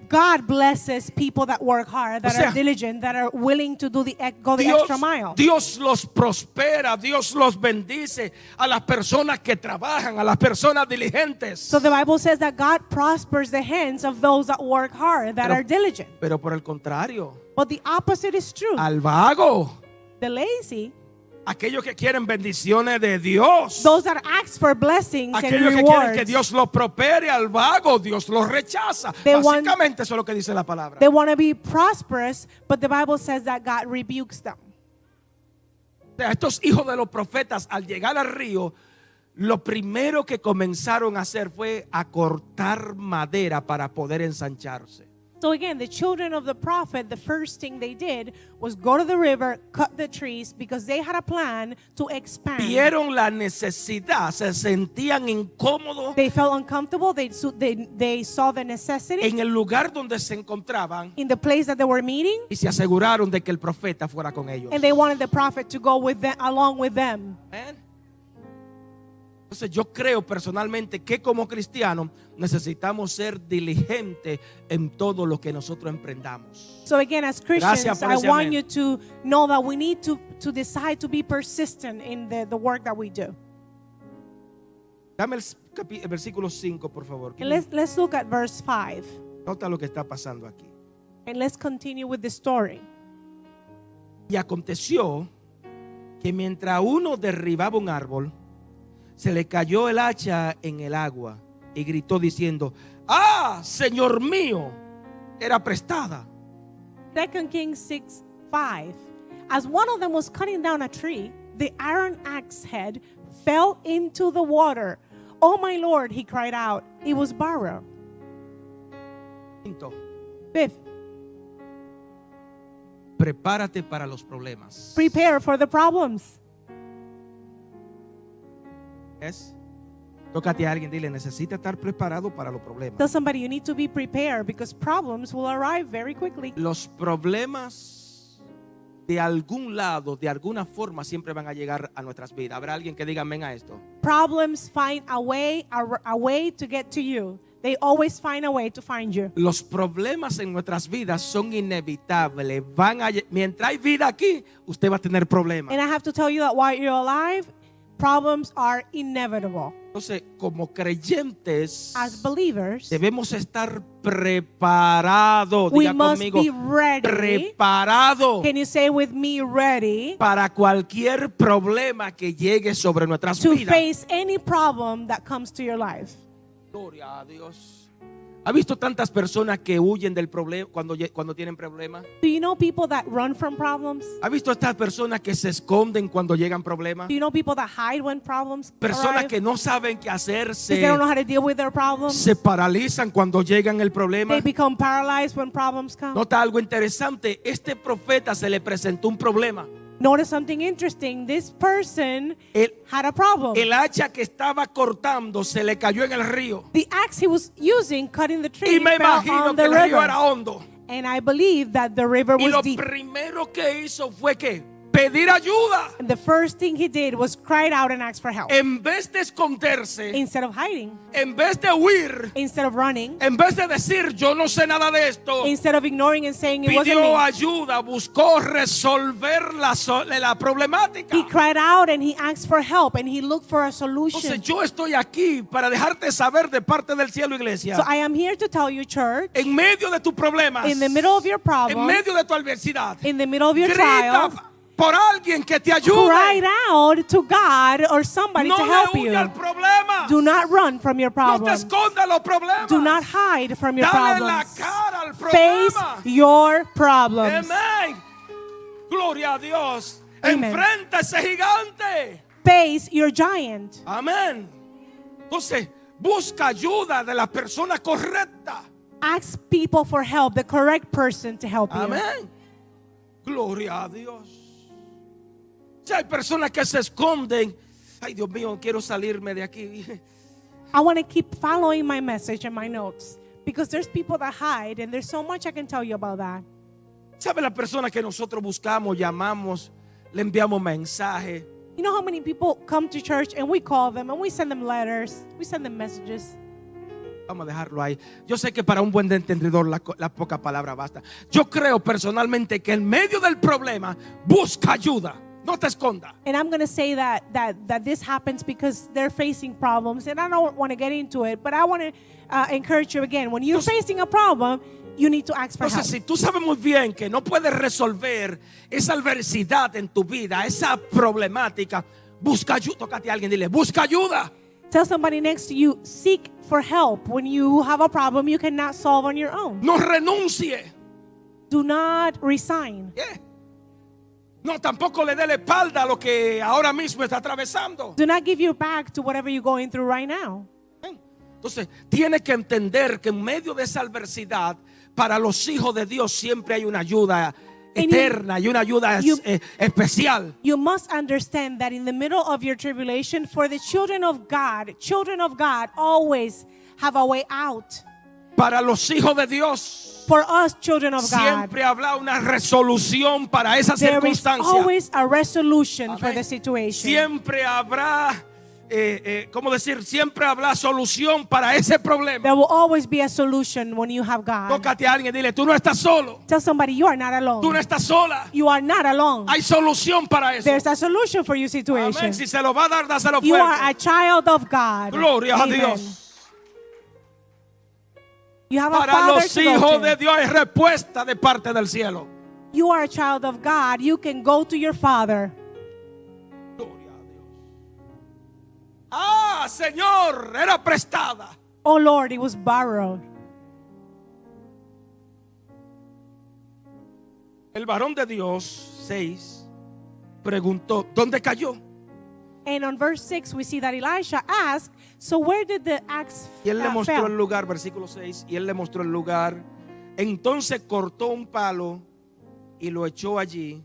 S3: God blesses people that work hard, that
S2: O sea,
S3: are diligent, that are willing to do the ex- go the
S2: Dios,
S3: extra mile.
S2: Dios los prospera, Dios los bendice a las personas que trabajan, a las personas diligentes.
S3: so the Bible says that God prospers the hands of those that work hard, that
S2: Pero-
S3: are diligent.
S2: Pero por el contrario,
S3: But the opposite is true.
S2: al vago,
S3: the lazy,
S2: aquellos que quieren bendiciones de Dios,
S3: those that ask for blessings and
S2: Aquellos que quieren
S3: rewards,
S2: que Dios los prospere al vago, Dios los rechaza.
S3: They want-
S2: Básicamente eso es lo que dice la palabra.
S3: they want to be prosperous, but the Bible says that God rebukes them.
S2: O sea, Estos hijos de los profetas al llegar al río, lo primero que comenzaron a hacer fue a cortar madera para poder ensancharse.
S3: So again, the children of the prophet, the first thing they did was go to the river, cut the trees, because they had a plan to expand.
S2: Vieron la necesidad, se sentían incómodos
S3: They felt uncomfortable. They, su- they, they saw the necessity
S2: en el lugar donde se encontraban
S3: in the place that they were meeting,
S2: y se aseguraron de que el profeta fuera con ellos.
S3: and they wanted the prophet to go with them, along with them.
S2: Amén. Entonces yo creo personalmente que como cristianos necesitamos ser diligentes en todo lo que nosotros emprendamos.
S3: So again, as
S2: Gracias
S3: Christians,
S2: por
S3: I
S2: ese
S3: want
S2: amén.
S3: you to know that we need to, to decide to be persistent in the, the work that we do.
S2: Dame el, capi- el versículo 5, por favor.
S3: And let's, let's look at verse 5,
S2: Nota lo que está pasando aquí.
S3: and let's continue with the story.
S2: Y aconteció que mientras uno derribaba un árbol, se le cayó el hacha en el agua y gritó diciendo, ah, Señor mío, era prestada.
S3: Second Kings 6 5. As one of them was cutting down a tree, the iron axe head fell into the water. Oh my lord, he cried out. It was borrowed.
S2: Quinto,
S3: Fifth,
S2: prepárate para los problemas.
S3: prepare for the problems.
S2: ¿Ves? Tócate a alguien, dile, necesita estar preparado para los
S3: Tell
S2: problemas.
S3: somebody you need to be prepared because problems will arrive very quickly.
S2: Los problemas de algún lado, de alguna forma, siempre van a llegar a nuestras vidas. Habrá alguien que diga amén a esto.
S3: Problems find a way, a, a way to get to you. They always find a way to find you.
S2: Los problemas en nuestras vidas son inevitables. Van a, lle- mientras hay vida aquí, usted va a tener problemas.
S3: And I have to tell you that while you're alive, problems are inevitable.
S2: Entonces, como creyentes,
S3: As believers,
S2: debemos estar preparados.
S3: we
S2: Diga
S3: must
S2: conmigo,
S3: be ready.
S2: preparado.
S3: Can you say with me, ready
S2: para cualquier problema que llegue sobre nuestras
S3: to
S2: vidas.
S3: face any problem that comes to your life?
S2: Gloria a Dios. ¿Ha visto tantas personas que huyen del problema cuando, lle- cuando tienen problemas?
S3: Do you know people that run from problems?
S2: ¿Ha visto estas personas que se esconden cuando llegan problemas?
S3: Do you know people that hide when problems
S2: Personas
S3: arrive?
S2: que no saben qué
S3: Because they
S2: hacerse,
S3: don't know how to deal with their problems.
S2: se paralizan cuando llegan el problema.
S3: They become paralyzed when problems come.
S2: Nota algo interesante, este profeta se le presentó un problema.
S3: Notice something interesting. This person
S2: El,
S3: had a problem.
S2: el hacha que estaba cortando se le cayó en el río.
S3: the axe he was using cutting the tree
S2: Y me
S3: fell
S2: imagino que
S3: on the
S2: el río era
S3: river.
S2: hondo.
S3: And I believe that the river
S2: Y
S3: was
S2: lo
S3: deep.
S2: primero que hizo fue que pedir ayuda
S3: And the first thing he did was cried out and asked for help.
S2: en vez de esconderse,
S3: Instead of hiding,
S2: en vez de huir,
S3: instead of running,
S2: en vez de decir yo no sé nada de esto,
S3: instead of ignoring and saying it wasn't
S2: pidió
S3: me,
S2: ayuda, buscó resolver la, so- la problemática.
S3: he cried out and he asked for help and he looked for a
S2: Entonces
S3: solution.
S2: yo estoy aquí para dejarte saber de parte del cielo, iglesia.
S3: So I am here to tell you, church,
S2: en medio de tus problemas,
S3: in the middle of your
S2: en
S3: problem,
S2: medio de tu adversidad,
S3: in the middle of your
S2: grita
S3: trial,
S2: por alguien que te
S3: cry
S2: ayude.
S3: out to God or somebody
S2: No
S3: to
S2: le
S3: help
S2: huya al
S3: you.
S2: problema.
S3: Do not run from your
S2: no te
S3: problem.
S2: esconda los problemas.
S3: Do not hide from your
S2: Dale la
S3: problems.
S2: cara al
S3: Face
S2: problema.
S3: your problems.
S2: Amén. Gloria a Dios.
S3: Amen.
S2: Enfrenta a ese gigante.
S3: Face your giant.
S2: Amén. Entonces, busca ayuda de la persona correcta.
S3: Ask people for help, the correct person to help you.
S2: Amén. Gloria a Dios. Si hay personas que se esconden. Ay, Dios mío, quiero salirme de aquí.
S3: I want to keep following my message and my notes because there's people that hide, and there's so much I can tell you about that.
S2: ¿Sabe la persona que nosotros buscamos, llamamos, le enviamos mensaje?
S3: You know how many people come to church and we call them and we send them letters, we send them messages.
S2: Vamos a dejarlo ahí. Yo sé que para un buen entendedor la, co- la poca palabra basta. Yo creo personalmente que en medio del problema busca ayuda. No te esconda.
S3: And I'm gonna say that that that this happens because they're facing problems, and I don't want to get into it, but I want to uh, encourage you again. When you're facing a problem, you need to ask for help.
S2: Entonces, si tú sabes muy bien que no puedes resolver esa adversidad en tu vida, esa problemática, busca ayuda. Tócate a alguien, dile, busca ayuda.
S3: Tell somebody next to you, seek for help. When you have a problem you cannot solve on your own,
S2: No renuncie.
S3: do not resign.
S2: Yeah. No, tampoco le dé la espalda a lo que ahora mismo está atravesando.
S3: Do not give your back to whatever you're going through right now.
S2: Entonces, tienes que entender que en medio de esa adversidad, para los hijos de Dios siempre hay una ayuda
S3: And you-
S2: eterna y una ayuda es-
S3: you-
S2: eh, especial.
S3: You must understand that in the middle of your tribulation, for the children of God, children of God always have a way out.
S2: Para los hijos de Dios
S3: For us, children of God,
S2: siempre habrá una resolución para esa
S3: there is
S2: circunstancia.
S3: always a resolution for
S2: Amén.
S3: the situation.
S2: Siempre habrá, eh, eh, ¿cómo decir? Siempre habrá solución para ese problema.
S3: There will always be a solution when you have God.
S2: Tócate a alguien, dile, tú no estás solo,
S3: Tell somebody you are not
S2: tú no
S3: alone.
S2: estás sola.
S3: You are not alone.
S2: Hay solución para eso.
S3: There's a solution for your situation.
S2: Amén. Si se lo va a dar, dáselo
S3: You
S2: fuerte.
S3: are a child of God.
S2: Gloria a
S3: Amen.
S2: Dios.
S3: You have a
S2: Para
S3: father
S2: los
S3: to go
S2: hijos
S3: to.
S2: de Dios hay respuesta de parte del cielo.
S3: You are a child of God. You can go to your father.
S2: Gloria a Dios. Ah, Señor, era prestada.
S3: Oh Lord, it was borrowed.
S2: El varón de Dios, 6, preguntó, ¿dónde cayó?
S3: And on verse 6, we see that Elisha asked, So where did the axe
S2: Y él le
S3: uh,
S2: mostró el
S3: fell?
S2: lugar, versículo 6, y él le mostró el lugar. Entonces cortó un palo y lo echó allí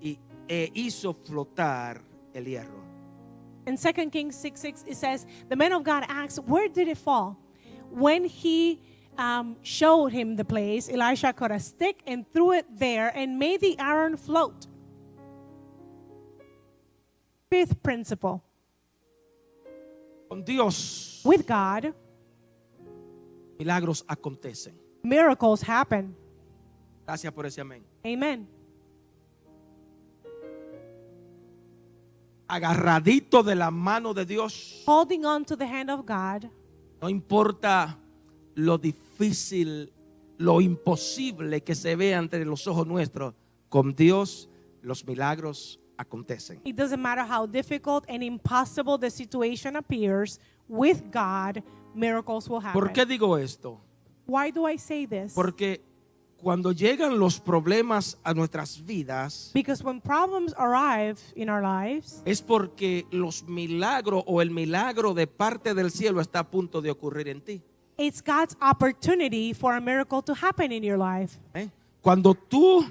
S2: y, e hizo flotar el hierro.
S3: In 2 Kings 6 6, it says, The man of God asked, Where did it fall? When he um, showed him the place, Elisha caught a stick and threw it there and made the iron float. Fifth principle
S2: Con Dios,
S3: with God,
S2: milagros acontecen.
S3: miracles happen.
S2: Gracias por ese amén.
S3: Amen.
S2: agarradito de la mano de Dios.
S3: Holding on to the hand of God,
S2: No importa lo difícil, lo imposible que se vea ante los ojos nuestros, con Dios los milagros acontecen.
S3: It doesn't matter how difficult and impossible the situation appears, with God, miracles will happen.
S2: ¿Por qué digo esto?
S3: Why do I say this?
S2: Porque cuando llegan los problemas a nuestras vidas,
S3: because when problems arrive in our lives,
S2: es porque los milagros o el milagro de parte del cielo está a punto de ocurrir en ti.
S3: it's God's opportunity for a miracle to happen in your life.
S2: ¿Eh? Cuando tú,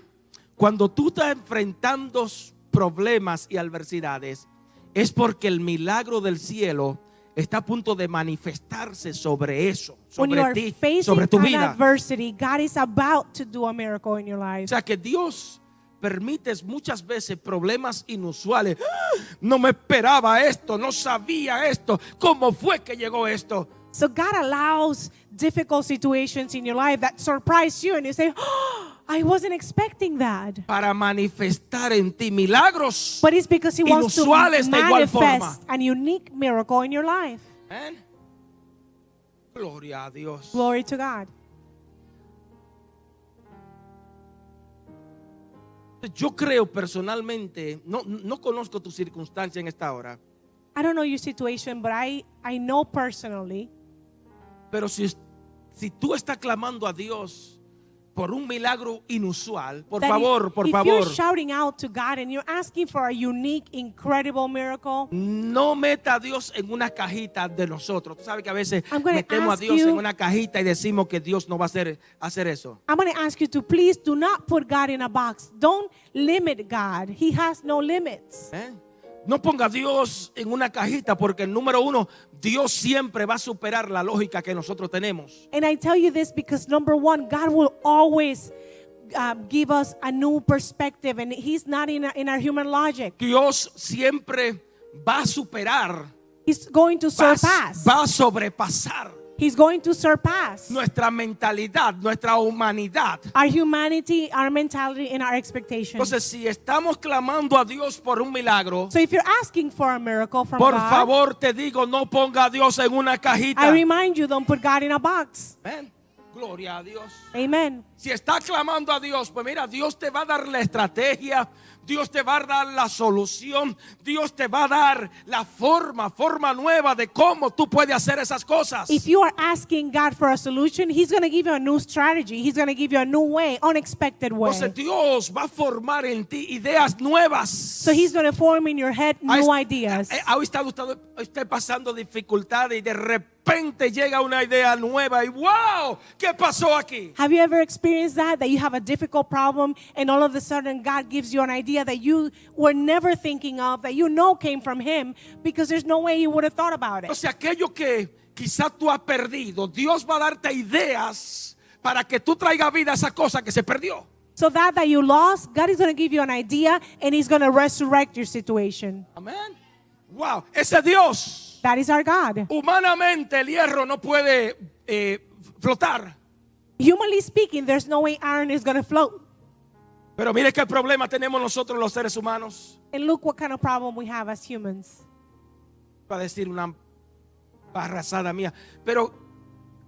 S2: cuando tú estás enfrentando problemas y adversidades, es porque el milagro del cielo está a punto de manifestarse sobre eso,
S3: when you
S2: sobre
S3: are
S2: ti,
S3: facing
S2: sobre tu
S3: an
S2: vida.
S3: adversity, God is about to do a miracle in your
S2: O
S3: life.
S2: sea que Dios permites muchas veces problemas inusuales. ¡Ah! No me esperaba esto, no sabía esto. ¿Cómo fue que llegó esto?
S3: So God allows difficult situations in your life that surprise you and you say, oh, I wasn't expecting that.
S2: Para manifestar en ti milagros.
S3: But it's because He wants to
S2: Inusuales de igual
S3: manifest
S2: forma.
S3: an unique miracle in your life.
S2: Amén. Gloria a Dios.
S3: Glory to God.
S2: Yo creo personalmente, no, no conozco tu circunstancia en esta hora,
S3: I don't know your situation, but I, I know personally
S2: pero si, es- si tú estás clamando a Dios por un milagro inusual, por
S3: that
S2: favor,
S3: if,
S2: por
S3: if
S2: favor,
S3: you're shouting out to God and you're asking for a unique, incredible miracle,
S2: no meta a Dios en una cajita de nosotros. Tú sabes que a veces
S3: I'm gonna
S2: metemos a
S3: ask
S2: Dios
S3: you-
S2: en una cajita y decimos que Dios no va a hacer, hacer eso.
S3: I'm going to ask you to please do not put God in a box. Don't limit God. He has no limits.
S2: ¿eh? No ponga a Dios en una cajita porque, número uno, Dios siempre va a superar la lógica que nosotros tenemos.
S3: And I tell you this because number one, God will always um, give us a new perspective, and He's not in, our in our human logic.
S2: Dios siempre va a superar
S3: He's going to
S2: va,
S3: surpass.
S2: va a sobrepasar
S3: He's going to surpass
S2: nuestra mentalidad, nuestra humanidad.
S3: our humanity, our mentality, and our expectations.
S2: Entonces, si estamos clamando a Dios por un milagro,
S3: So if you're asking for a miracle from
S2: por
S3: God,
S2: favor te digo, no ponga a Dios en una
S3: I
S2: cajita.
S3: remind you, don't put God in a box.
S2: Amén. Gloria a Dios.
S3: Amen.
S2: Si estás clamando a Dios, pues mira, Dios te va a dar la estrategia, Dios te va a dar la solución, Dios te va a dar la forma, forma nueva de cómo tú puedes hacer esas cosas.
S3: If you are asking God for a solution, He's going to give you a new strategy. He's going to give you a new way, unexpected way.
S2: Entonces Dios va a formar en ti ideas nuevas.
S3: So He's going to form in your head
S2: Ha
S3: new
S2: est-
S3: ideas.
S2: eh, Ha estado usted, usted pasando dificultades y de repente llega una idea nueva y wow, ¿qué pasó aquí?
S3: Have you ever experienced that? That you have a difficult problem and all of a sudden God gives you an idea that you were never thinking of, that you know came from Him because there's no way you would have thought about
S2: O
S3: it.
S2: sea, aquello que quizás tú has perdido, Dios va a darte ideas para que tú traigas vida a esa cosa que se perdió.
S3: So that that you lost, God is going to give you an idea and He's going to resurrect your situation.
S2: Amén. Wow, ese Dios,
S3: That is our God.
S2: humanamente el hierro no puede eh, flotar.
S3: Humanly speaking, there's no way iron is going to float.
S2: Pero mire qué problema tenemos nosotros los seres humanos.
S3: And look what kind of problem we have as humans.
S2: va a decir una barrasada mía. Pero,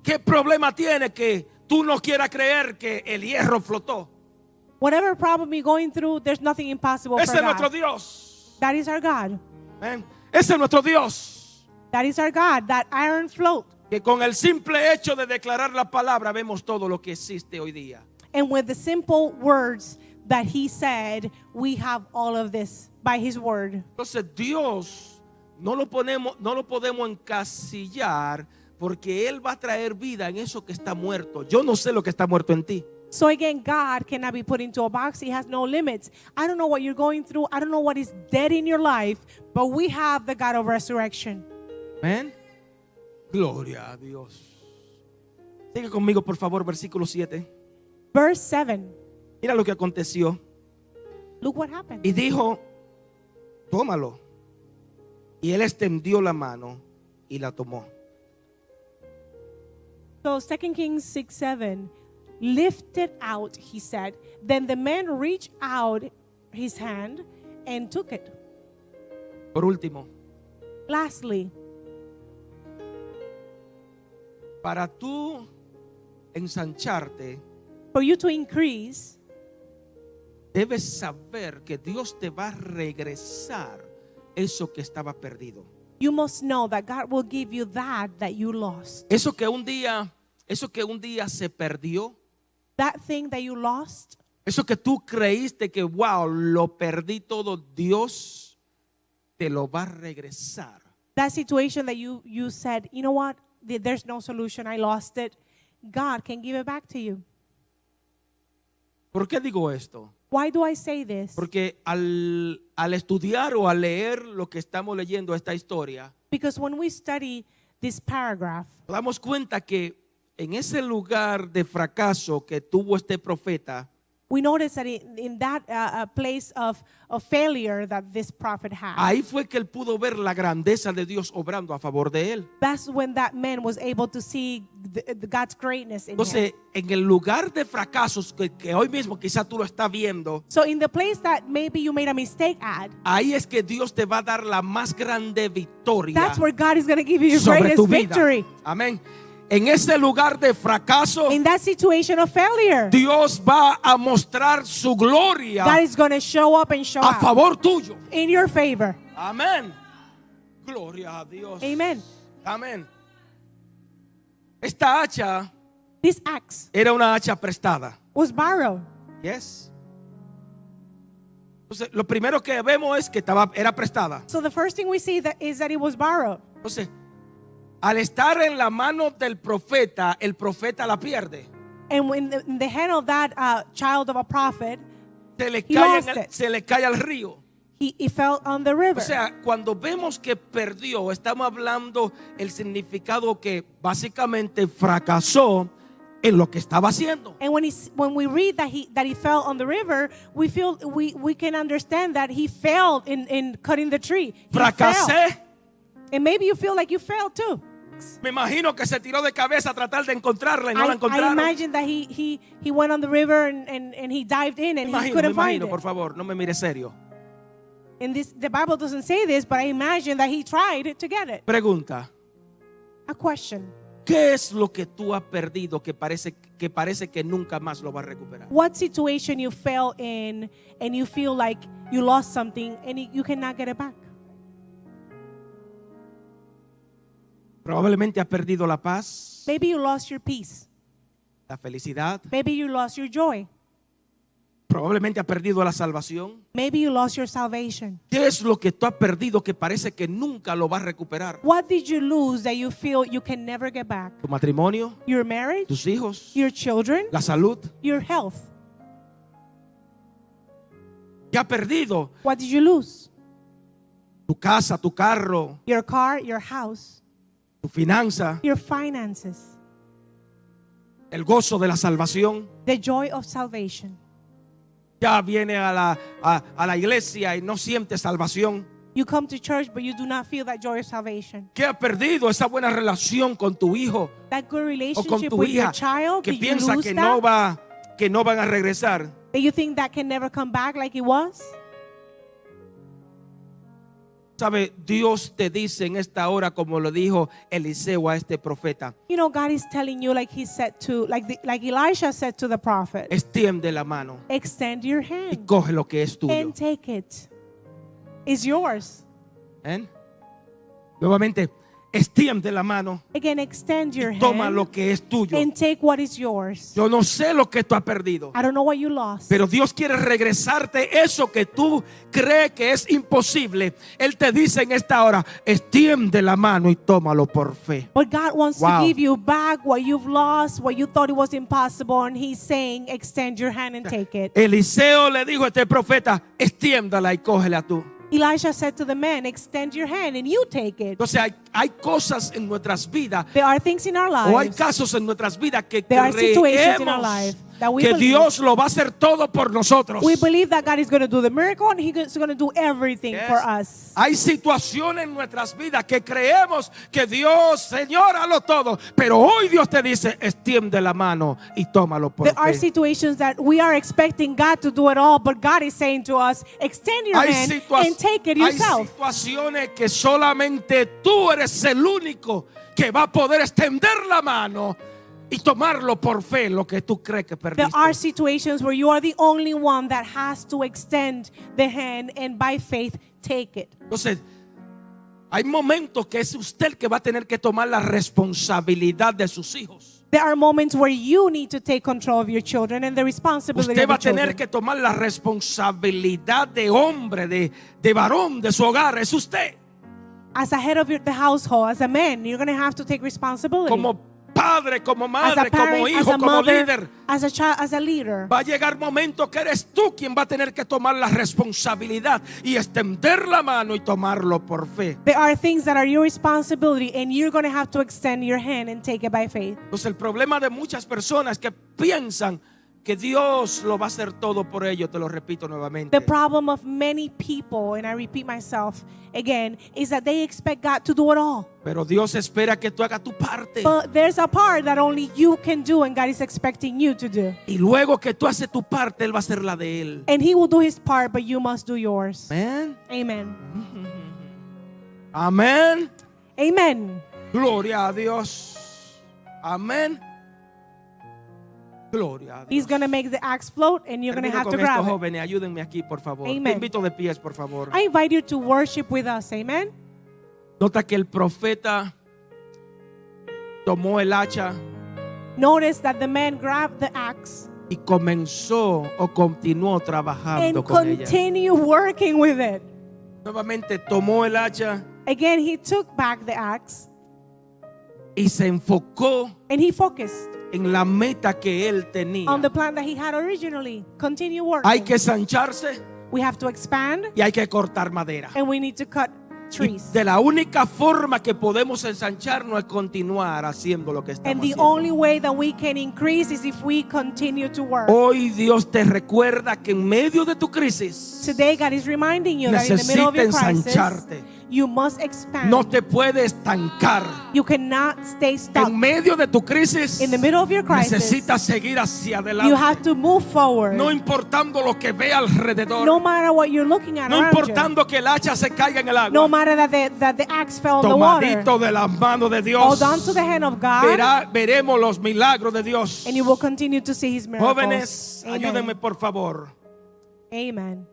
S2: ¿qué problema tiene que tú no quieras creer que el hierro flotó?
S3: Whatever problem you're going through, there's nothing impossible
S2: Ese
S3: for
S2: es nuestro
S3: God.
S2: Dios.
S3: That is our God.
S2: Amén. Ese es nuestro Dios.
S3: That is our God. That iron float.
S2: Que con el simple hecho de declarar la palabra vemos todo lo que existe hoy día.
S3: And with the simple words that he said, we have all of this by his word.
S2: Entonces Dios no lo, ponemos, no lo podemos encasillar porque Él va a traer vida en eso que está muerto. Yo no sé lo que está muerto en ti.
S3: So again, God cannot be put into a box. He has no limits. I don't know what you're going through. I don't know what is dead in your life, but we have the God of resurrection.
S2: Amén. Gloria a Dios. Sigue conmigo, por favor, versículo 7.
S3: Verse 7.
S2: Mira lo que aconteció.
S3: Look what happened.
S2: Y dijo, tómalo. Y él extendió la mano y la tomó.
S3: So 2 Kings 6 7, lift it out, he said. Then the man reached out his hand and took it.
S2: Por último,
S3: Lastly,
S2: para tú ensancharte,
S3: for you to increase,
S2: debes saber que Dios te va a regresar eso que estaba perdido.
S3: you must know that God will give you that that you lost.
S2: Eso que un día, eso que un día se perdió,
S3: That thing that you lost,
S2: eso que tú creíste que, wow, lo perdí todo, Dios te lo va a regresar.
S3: that situation that you you said, you know what? Th- There's no solution. I lost it. God can give it back to you.
S2: ¿Por qué digo esto?
S3: Why do I say this?
S2: Porque al, al estudiar o al leer lo que estamos leyendo, esta historia,
S3: Because when we study this paragraph,
S2: nos damos cuenta que en ese lugar de fracaso que tuvo este profeta,
S3: we notice that in, in that uh, uh, place of, of failure that this prophet had.
S2: Ahí fue que él pudo ver la grandeza de Dios obrando a favor de él.
S3: That's when that man was able to see the, the God's greatness in him.
S2: Entonces, en el lugar de fracasos que, que hoy mismo quizá tú lo estás viendo,
S3: So in the place that maybe you made a mistake at,
S2: ahí es que Dios te va a dar la más grande victoria
S3: that's where God is going to give you your
S2: sobre tu
S3: greatest
S2: vida.
S3: victory.
S2: Amén. En ese lugar de fracaso,
S3: In that situation of failure,
S2: Dios va a mostrar su gloria
S3: God is going to show up and show
S2: a
S3: up
S2: favor tuyo.
S3: in your favor.
S2: Amén. Gloria a Dios.
S3: Amen.
S2: Amén. Esta hacha
S3: This axe
S2: era una hacha prestada.
S3: was borrowed.
S2: Yes. Entonces, lo primero que vemos es que estaba, era prestada.
S3: So the first thing we see that is that it was borrowed.
S2: Entonces, al estar en la mano del profeta, el profeta la pierde.
S3: And when the, in the hand of that uh, child of a prophet,
S2: Se le,
S3: He
S2: cae en
S3: lost
S2: el-
S3: it.
S2: se le cae al río.
S3: he, he fell on the river.
S2: O sea, cuando vemos que perdió, estamos hablando el significado que básicamente fracasó en lo que estaba haciendo.
S3: and when, he, s- when we read that he, that he fell on the river, we feel we, we can understand that he failed in, in cutting the tree. He failed.
S2: Fracasé.
S3: And maybe you feel like you failed too.
S2: Me imagino que se tiró de cabeza a tratar de encontrarla y no la
S3: I, I
S2: encontraron.
S3: imagine that he, he, he went on the river and, and, and he dived in
S2: me
S3: and he
S2: imagino, me
S3: couldn't find
S2: imagino, por
S3: it.
S2: favor, no me mire serio.
S3: And this, the Bible doesn't say this, but I imagine that he tried to get it.
S2: Pregunta,
S3: A question.
S2: ¿qué es lo que tú has perdido que parece que, parece que nunca más lo vas a recuperar?
S3: What situation you fail in and you feel like you lost something and you- you cannot get it back?
S2: Probablemente has perdido la paz,
S3: Maybe you lost your peace.
S2: la felicidad,
S3: Maybe you lost your joy.
S2: probablemente has perdido la salvación.
S3: Maybe you lost your salvation.
S2: ¿Qué es lo que tú has perdido que parece que nunca lo vas a recuperar?
S3: What did you lose that you feel you can never get back?
S2: ¿Tu matrimonio?
S3: Your marriage,
S2: ¿Tus hijos?
S3: your children,
S2: ¿La salud?
S3: your health.
S2: ¿Qué has perdido?
S3: What did you lose?
S2: ¿Tu casa, tu carro,
S3: Your car, your house,
S2: tu finanza,
S3: your finances,
S2: el gozo de la salvación?
S3: the joy of salvation.
S2: ya viene a la, a, a la iglesia y no siente salvación.
S3: You come to church, but you do not feel that joy of salvation.
S2: Que ha perdido esa buena relación con tu hijo
S3: That good
S2: o con
S3: relationship
S2: tu
S3: with
S2: hija
S3: your child,
S2: que
S3: did you
S2: piensa
S3: lose
S2: que
S3: that?
S2: no va que no van a regresar.
S3: that you think that can never come back like it was?
S2: Sabe, Dios te dice en esta hora como lo dijo Eliseo a este profeta,
S3: You know, God is telling you, like He said to, like the, like Elisha said to the prophet,
S2: extiende la mano
S3: extend your
S2: y
S3: hand
S2: coge lo que es tuyo.
S3: and take it. It's yours.
S2: ¿Eh? Nuevamente, extiende la mano
S3: Again, extend your
S2: y toma
S3: hand
S2: lo que es tuyo.
S3: and take what is yours.
S2: Yo no sé lo que tú has perdido.
S3: I don't know what you lost,
S2: Pero Dios quiere regresarte eso que tú crees que es imposible. Él te dice en esta hora, extiende la mano y tómalo por fe.
S3: but God wants
S2: Wow.
S3: to give you back what you've lost, what you thought it was impossible, and He's saying, extend your hand and take it.
S2: Eliseo le dijo a este profeta, extiéndala y cógela tú.
S3: Elisha said to the man, extend your hand and you take it.
S2: Entonces hay, hay cosas en nuestras vidas
S3: There are things in our
S2: o Oh, hay
S3: lives.
S2: casos en nuestras vidas que
S3: There are situations in our
S2: creemos
S3: life that we
S2: que
S3: believe.
S2: Dios lo va a hacer todo por nosotros.
S3: We believe that God is going to do the miracle and He's going to do everything
S2: Yes. Ah,
S3: for us.
S2: Hay situaciones en nuestras vidas que creemos que Dios, Señor, halo todo. Pero hoy Dios te dice, extiende la mano y tómalo por
S3: There are
S2: fe.
S3: situations that we are expecting God to do it all, but God is saying to us, extend your
S2: Hay,
S3: hand
S2: situa-
S3: and take it
S2: hay
S3: yourself.
S2: situaciones que solamente tú eres el único que va a poder extender la mano y tomarlo por fe lo que tú crees que
S3: There are
S2: perdiste.
S3: situations where you are the only one that has to extend the hand and by faith take it.
S2: Entonces, hay momentos que es usted el que va a tener que tomar la responsabilidad de sus hijos.
S3: There are moments where you need to take control of your children and the responsibility
S2: Usted
S3: of
S2: va
S3: your
S2: a tener
S3: children.
S2: que tomar la responsabilidad de hombre, de, de varón, de su hogar. Es usted.
S3: As a head of your, the household, as a man, you're going to have to take responsibility.
S2: Como padre, como
S3: as
S2: madre,
S3: a
S2: como
S3: parent, as
S2: hijo,
S3: a
S2: como
S3: mother,
S2: líder.
S3: as a child, as a leader.
S2: Va a llegar momento que eres tú quien va a tener que tomar la responsabilidad y extender la mano y tomarlo por fe.
S3: There are things that are your responsibility, and you're going to have to extend your hand and take it by faith.
S2: Entonces el problema de muchas personas que piensan que Dios lo va a hacer todo por ello, te lo repito nuevamente.
S3: The problem of many people, and I repeat myself again, is that they expect God to do it all.
S2: Pero Dios espera que tú hagas tu parte.
S3: But there's a part that only you can do, and God is expecting you to do.
S2: Y luego que tú haces tu parte, Él va a hacer la de Él.
S3: And He will do His part, but you must do yours.
S2: Amén.
S3: Amen.
S2: Amén.
S3: Amen.
S2: Gloria a Dios. Amén. Gloria a Dios.
S3: He's going to make the axe float, and you're going to
S2: Termino
S3: have
S2: con
S3: to
S2: esto,
S3: grab it.
S2: jóvenes, ayúdenme aquí, por favor. Te
S3: Amen.
S2: invito de pies, por favor.
S3: I invite you to worship with us. Amen.
S2: Nota que el profeta tomó el hacha
S3: Notice that the man grabbed the axe
S2: y comenzó o continuó trabajando
S3: and
S2: con ella.
S3: continue working with it.
S2: Nuevamente tomó el hacha
S3: Again, he took back the axe
S2: y se enfocó
S3: and he focused
S2: en la meta que él tenía.
S3: on the plan that he had originally. Continue working.
S2: Hay que sancharse
S3: we have to expand
S2: y hay que cortar madera.
S3: and we need to cut
S2: Y
S3: trees.
S2: de la única forma que podemos ensancharnos es continuar haciendo lo que estamos
S3: And the
S2: haciendo.
S3: only way that we can increase is if we continue to work.
S2: Hoy Dios te recuerda que en medio de tu crisis
S3: Today, God is reminding you that in the middle of your
S2: Necesita
S3: crisis,
S2: ensancharte.
S3: you must expand.
S2: no te puedes estancar.
S3: you cannot stay stuck.
S2: En medio de tu crisis
S3: In the middle of your crisis,
S2: necesitas seguir hacia
S3: You have
S2: adelante.
S3: to move forward.
S2: No importando lo que ve alrededor.
S3: no matter what you're looking at
S2: No
S3: around you.
S2: importando que el hacha se caiga en el
S3: no
S2: agua.
S3: matter that the, that the axe fell on the water
S2: Tomadito de las manos de Dios.
S3: hold on to the hand of God
S2: Verá- veremos los milagros de Dios.
S3: Ah. and you will continue to see his miracles
S2: Jóvenes,
S3: amen.
S2: ayúdenme por favor.
S3: amen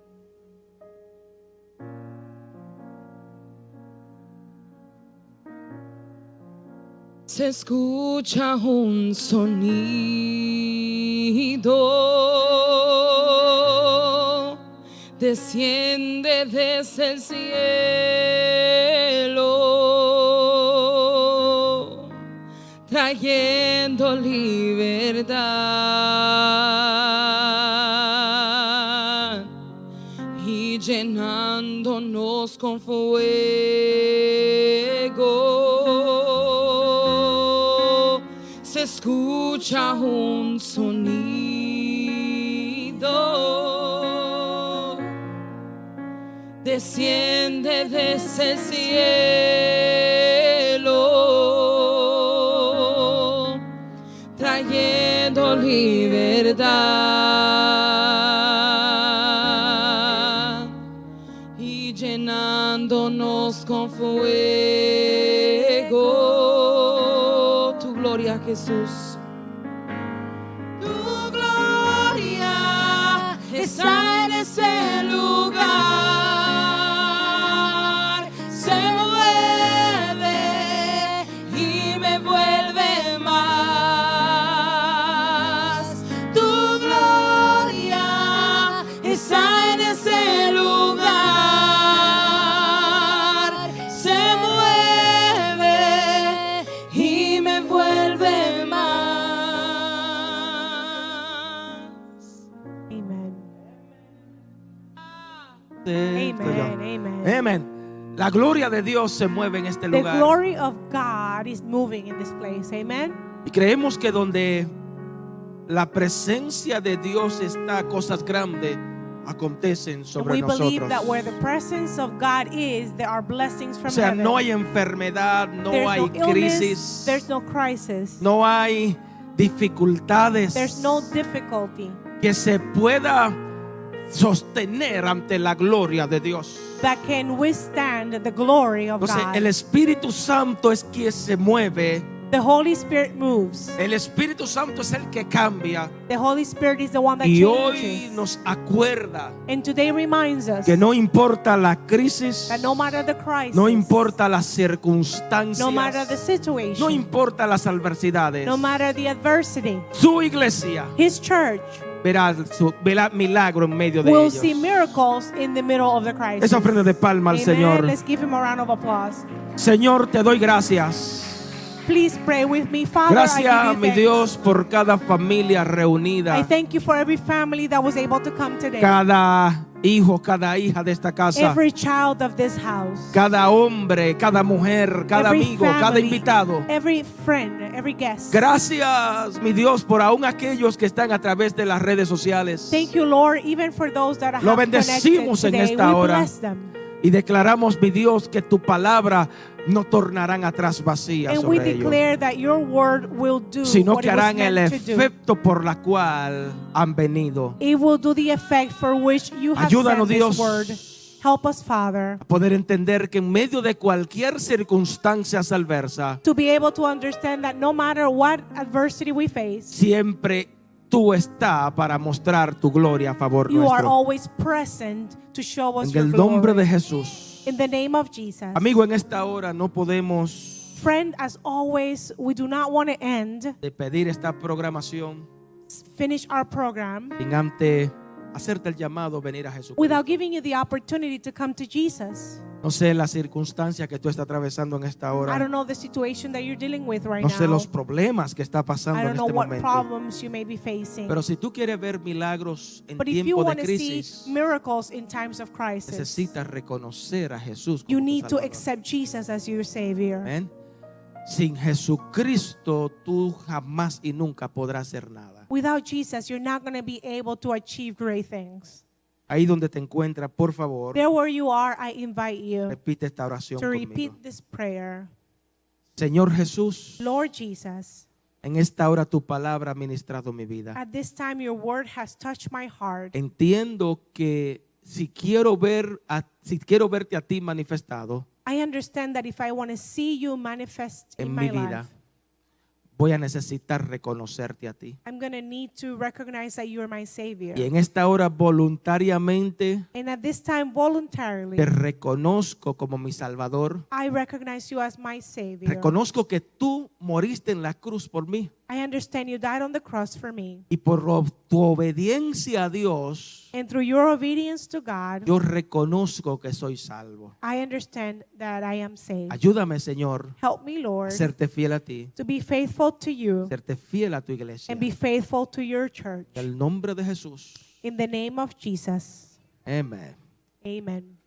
S4: Se escucha un sonido, desciende desde el cielo, trayendo libertad y llenándonos con fuego. Se escucha un sonido, desciende desde el cielo, trayendo libertad y llenándonos con fuego. Tu gloria, Jesús. Tu gloria está en este ese lugar. Se mueve y me vuelve más. Tu gloria está en este ese lugar. Se mueve y me vuelve más.
S3: amen amen
S2: Amén.
S3: amen
S2: La gloria de Dios se mueve en este
S3: the
S2: lugar.
S3: glory of God is moving in this place amen
S2: Y creemos que donde la presencia de Dios está, cosas grandes acontecen
S3: and
S2: sobre
S3: we believe
S2: nosotros.
S3: that where the presence of God is there are blessings from
S2: O sea,
S3: heaven
S2: no hay enfermedad, no
S3: there's
S2: hay
S3: no illness
S2: crisis,
S3: there's no crisis
S2: no hay dificultades
S3: there's no difficulty
S2: que se pueda sostener ante la gloria de Dios.
S3: that can withstand the glory of
S2: Entonces,
S3: God
S2: el Espíritu Santo es quien se mueve.
S3: the Holy Spirit moves
S2: El Espíritu Santo es el que cambia.
S3: The Holy Spirit is the one that
S2: Y hoy
S3: changes.
S2: nos acuerda
S3: and today reminds us
S2: que no importa la crisis,
S3: that no matter the crisis,
S2: no importa las
S3: no matter the
S2: circunstancias,
S3: situation,
S2: no importa las adversidades,
S3: no matter the adversity,
S2: su iglesia
S3: His church
S2: verá, su, verá milagro en medio de
S3: will
S2: ellos.
S3: see miracles in the middle of the crisis.
S2: Esa ofrenda de palma al
S3: Amen.
S2: Señor.
S3: Let's give Him a round of applause.
S2: Señor, te doy gracias
S3: Please pray with me, Father. I give
S2: Gracias,
S3: you
S2: mi
S3: thanks.
S2: Dios, por cada familia
S3: I
S2: reunida,
S3: thank you for every family that was able to come today.
S2: cada hijo, cada hija de esta casa,
S3: every child of this house.
S2: cada hombre, cada mujer, cada
S3: every
S2: amigo, cada
S3: family,
S2: invitado.
S3: Every friend, every guest.
S2: Gracias, mi Dios, por aún aquellos que están a través de las redes sociales.
S3: Thank you, Lord, even for those that are
S2: Lo bendecimos en
S3: today.
S2: esta
S3: we
S2: hora.
S3: bless them.
S2: Y declaramos, mi Dios, que tu palabra no tornarán atrás vacía
S3: And we
S2: sobre ellos,
S3: declare that your word will do
S2: sino
S3: what
S2: que
S3: it was
S2: harán el
S3: meant to do.
S2: efecto por la cual han venido.
S3: It will do the effect for which you have
S2: Ayúdanos,
S3: sent this
S2: Dios.
S3: word. Help us, Father,
S2: A poder entender que en medio de cualquier circunstancia adversa,
S3: to be able to understand that no matter what adversity we face,
S2: siempre tú estás para mostrar tu gloria a favor
S3: you are
S2: nuestro.
S3: always present to show us
S2: En
S3: your
S2: el nombre
S3: glory.
S2: de Jesús.
S3: In the name of Jesus.
S2: Amigo, en esta hora no podemos
S3: Friend, as always, we do not want to end,
S2: pedir esta programación
S3: finish our program
S2: sin antes hacerte el llamado a venir a Jesús.
S3: without giving you the opportunity to come to Jesus.
S2: No sé la circunstancia que tú estás atravesando en esta
S3: I
S2: hora.
S3: don't know the situation that you're dealing with right
S2: No sé
S3: now.
S2: los problemas que está
S3: I
S2: pasando en
S3: don't know
S2: este
S3: what
S2: momento.
S3: problems you may be facing.
S2: Pero si tú quieres ver milagros en
S3: But if you
S2: tiempo de
S3: want to see
S2: crisis,
S3: miracles in times of crisis,
S2: necesitas reconocer a Jesús. como
S3: you
S2: tu
S3: need to
S2: Salvador.
S3: accept Jesus as your Savior.
S2: Amén. Sin Jesucristo tú jamás y nunca podrás hacer nada.
S3: Without Jesus, you're not going to be able to achieve great things.
S2: Ahí donde te encuentras, por favor,
S3: There where you are, I invite you
S2: repite esta oración
S3: to
S2: conmigo.
S3: repeat this prayer.
S2: Señor Jesús,
S3: Lord Jesus,
S2: en esta hora tu palabra ha ministrado mi vida.
S3: At this time, your word has touched my heart.
S2: Entiendo que si quiero ver a- si quiero verte a ti manifestado
S3: I understand that if I want to see you manifest in
S2: en
S3: my
S2: mi
S3: life,
S2: vida, voy a necesitar reconocerte a ti.
S3: I'm going to need to recognize that you are my Savior.
S2: Y en esta hora voluntariamente
S3: And at this time,
S2: te
S3: voluntarily,
S2: reconozco como mi Salvador.
S3: I recognize you as my Savior.
S2: Reconozco que tú moriste en la cruz por mí
S3: I understand you died on the cross for me.
S2: y por ob- tu obediencia a Dios,
S3: And through your obedience to God,
S2: yo reconozco que soy salvo.
S3: I understand that I am saved.
S2: Ayúdame, Señor,
S3: Help me,
S2: a
S3: Lord,
S2: serte fiel a ti,
S3: to be faithful to you
S2: serte fiel a tu iglesia.
S3: and be
S2: En
S3: faithful to your church.
S2: el nombre de Jesús.
S3: In the name of Jesus,
S2: Amén.
S3: amen.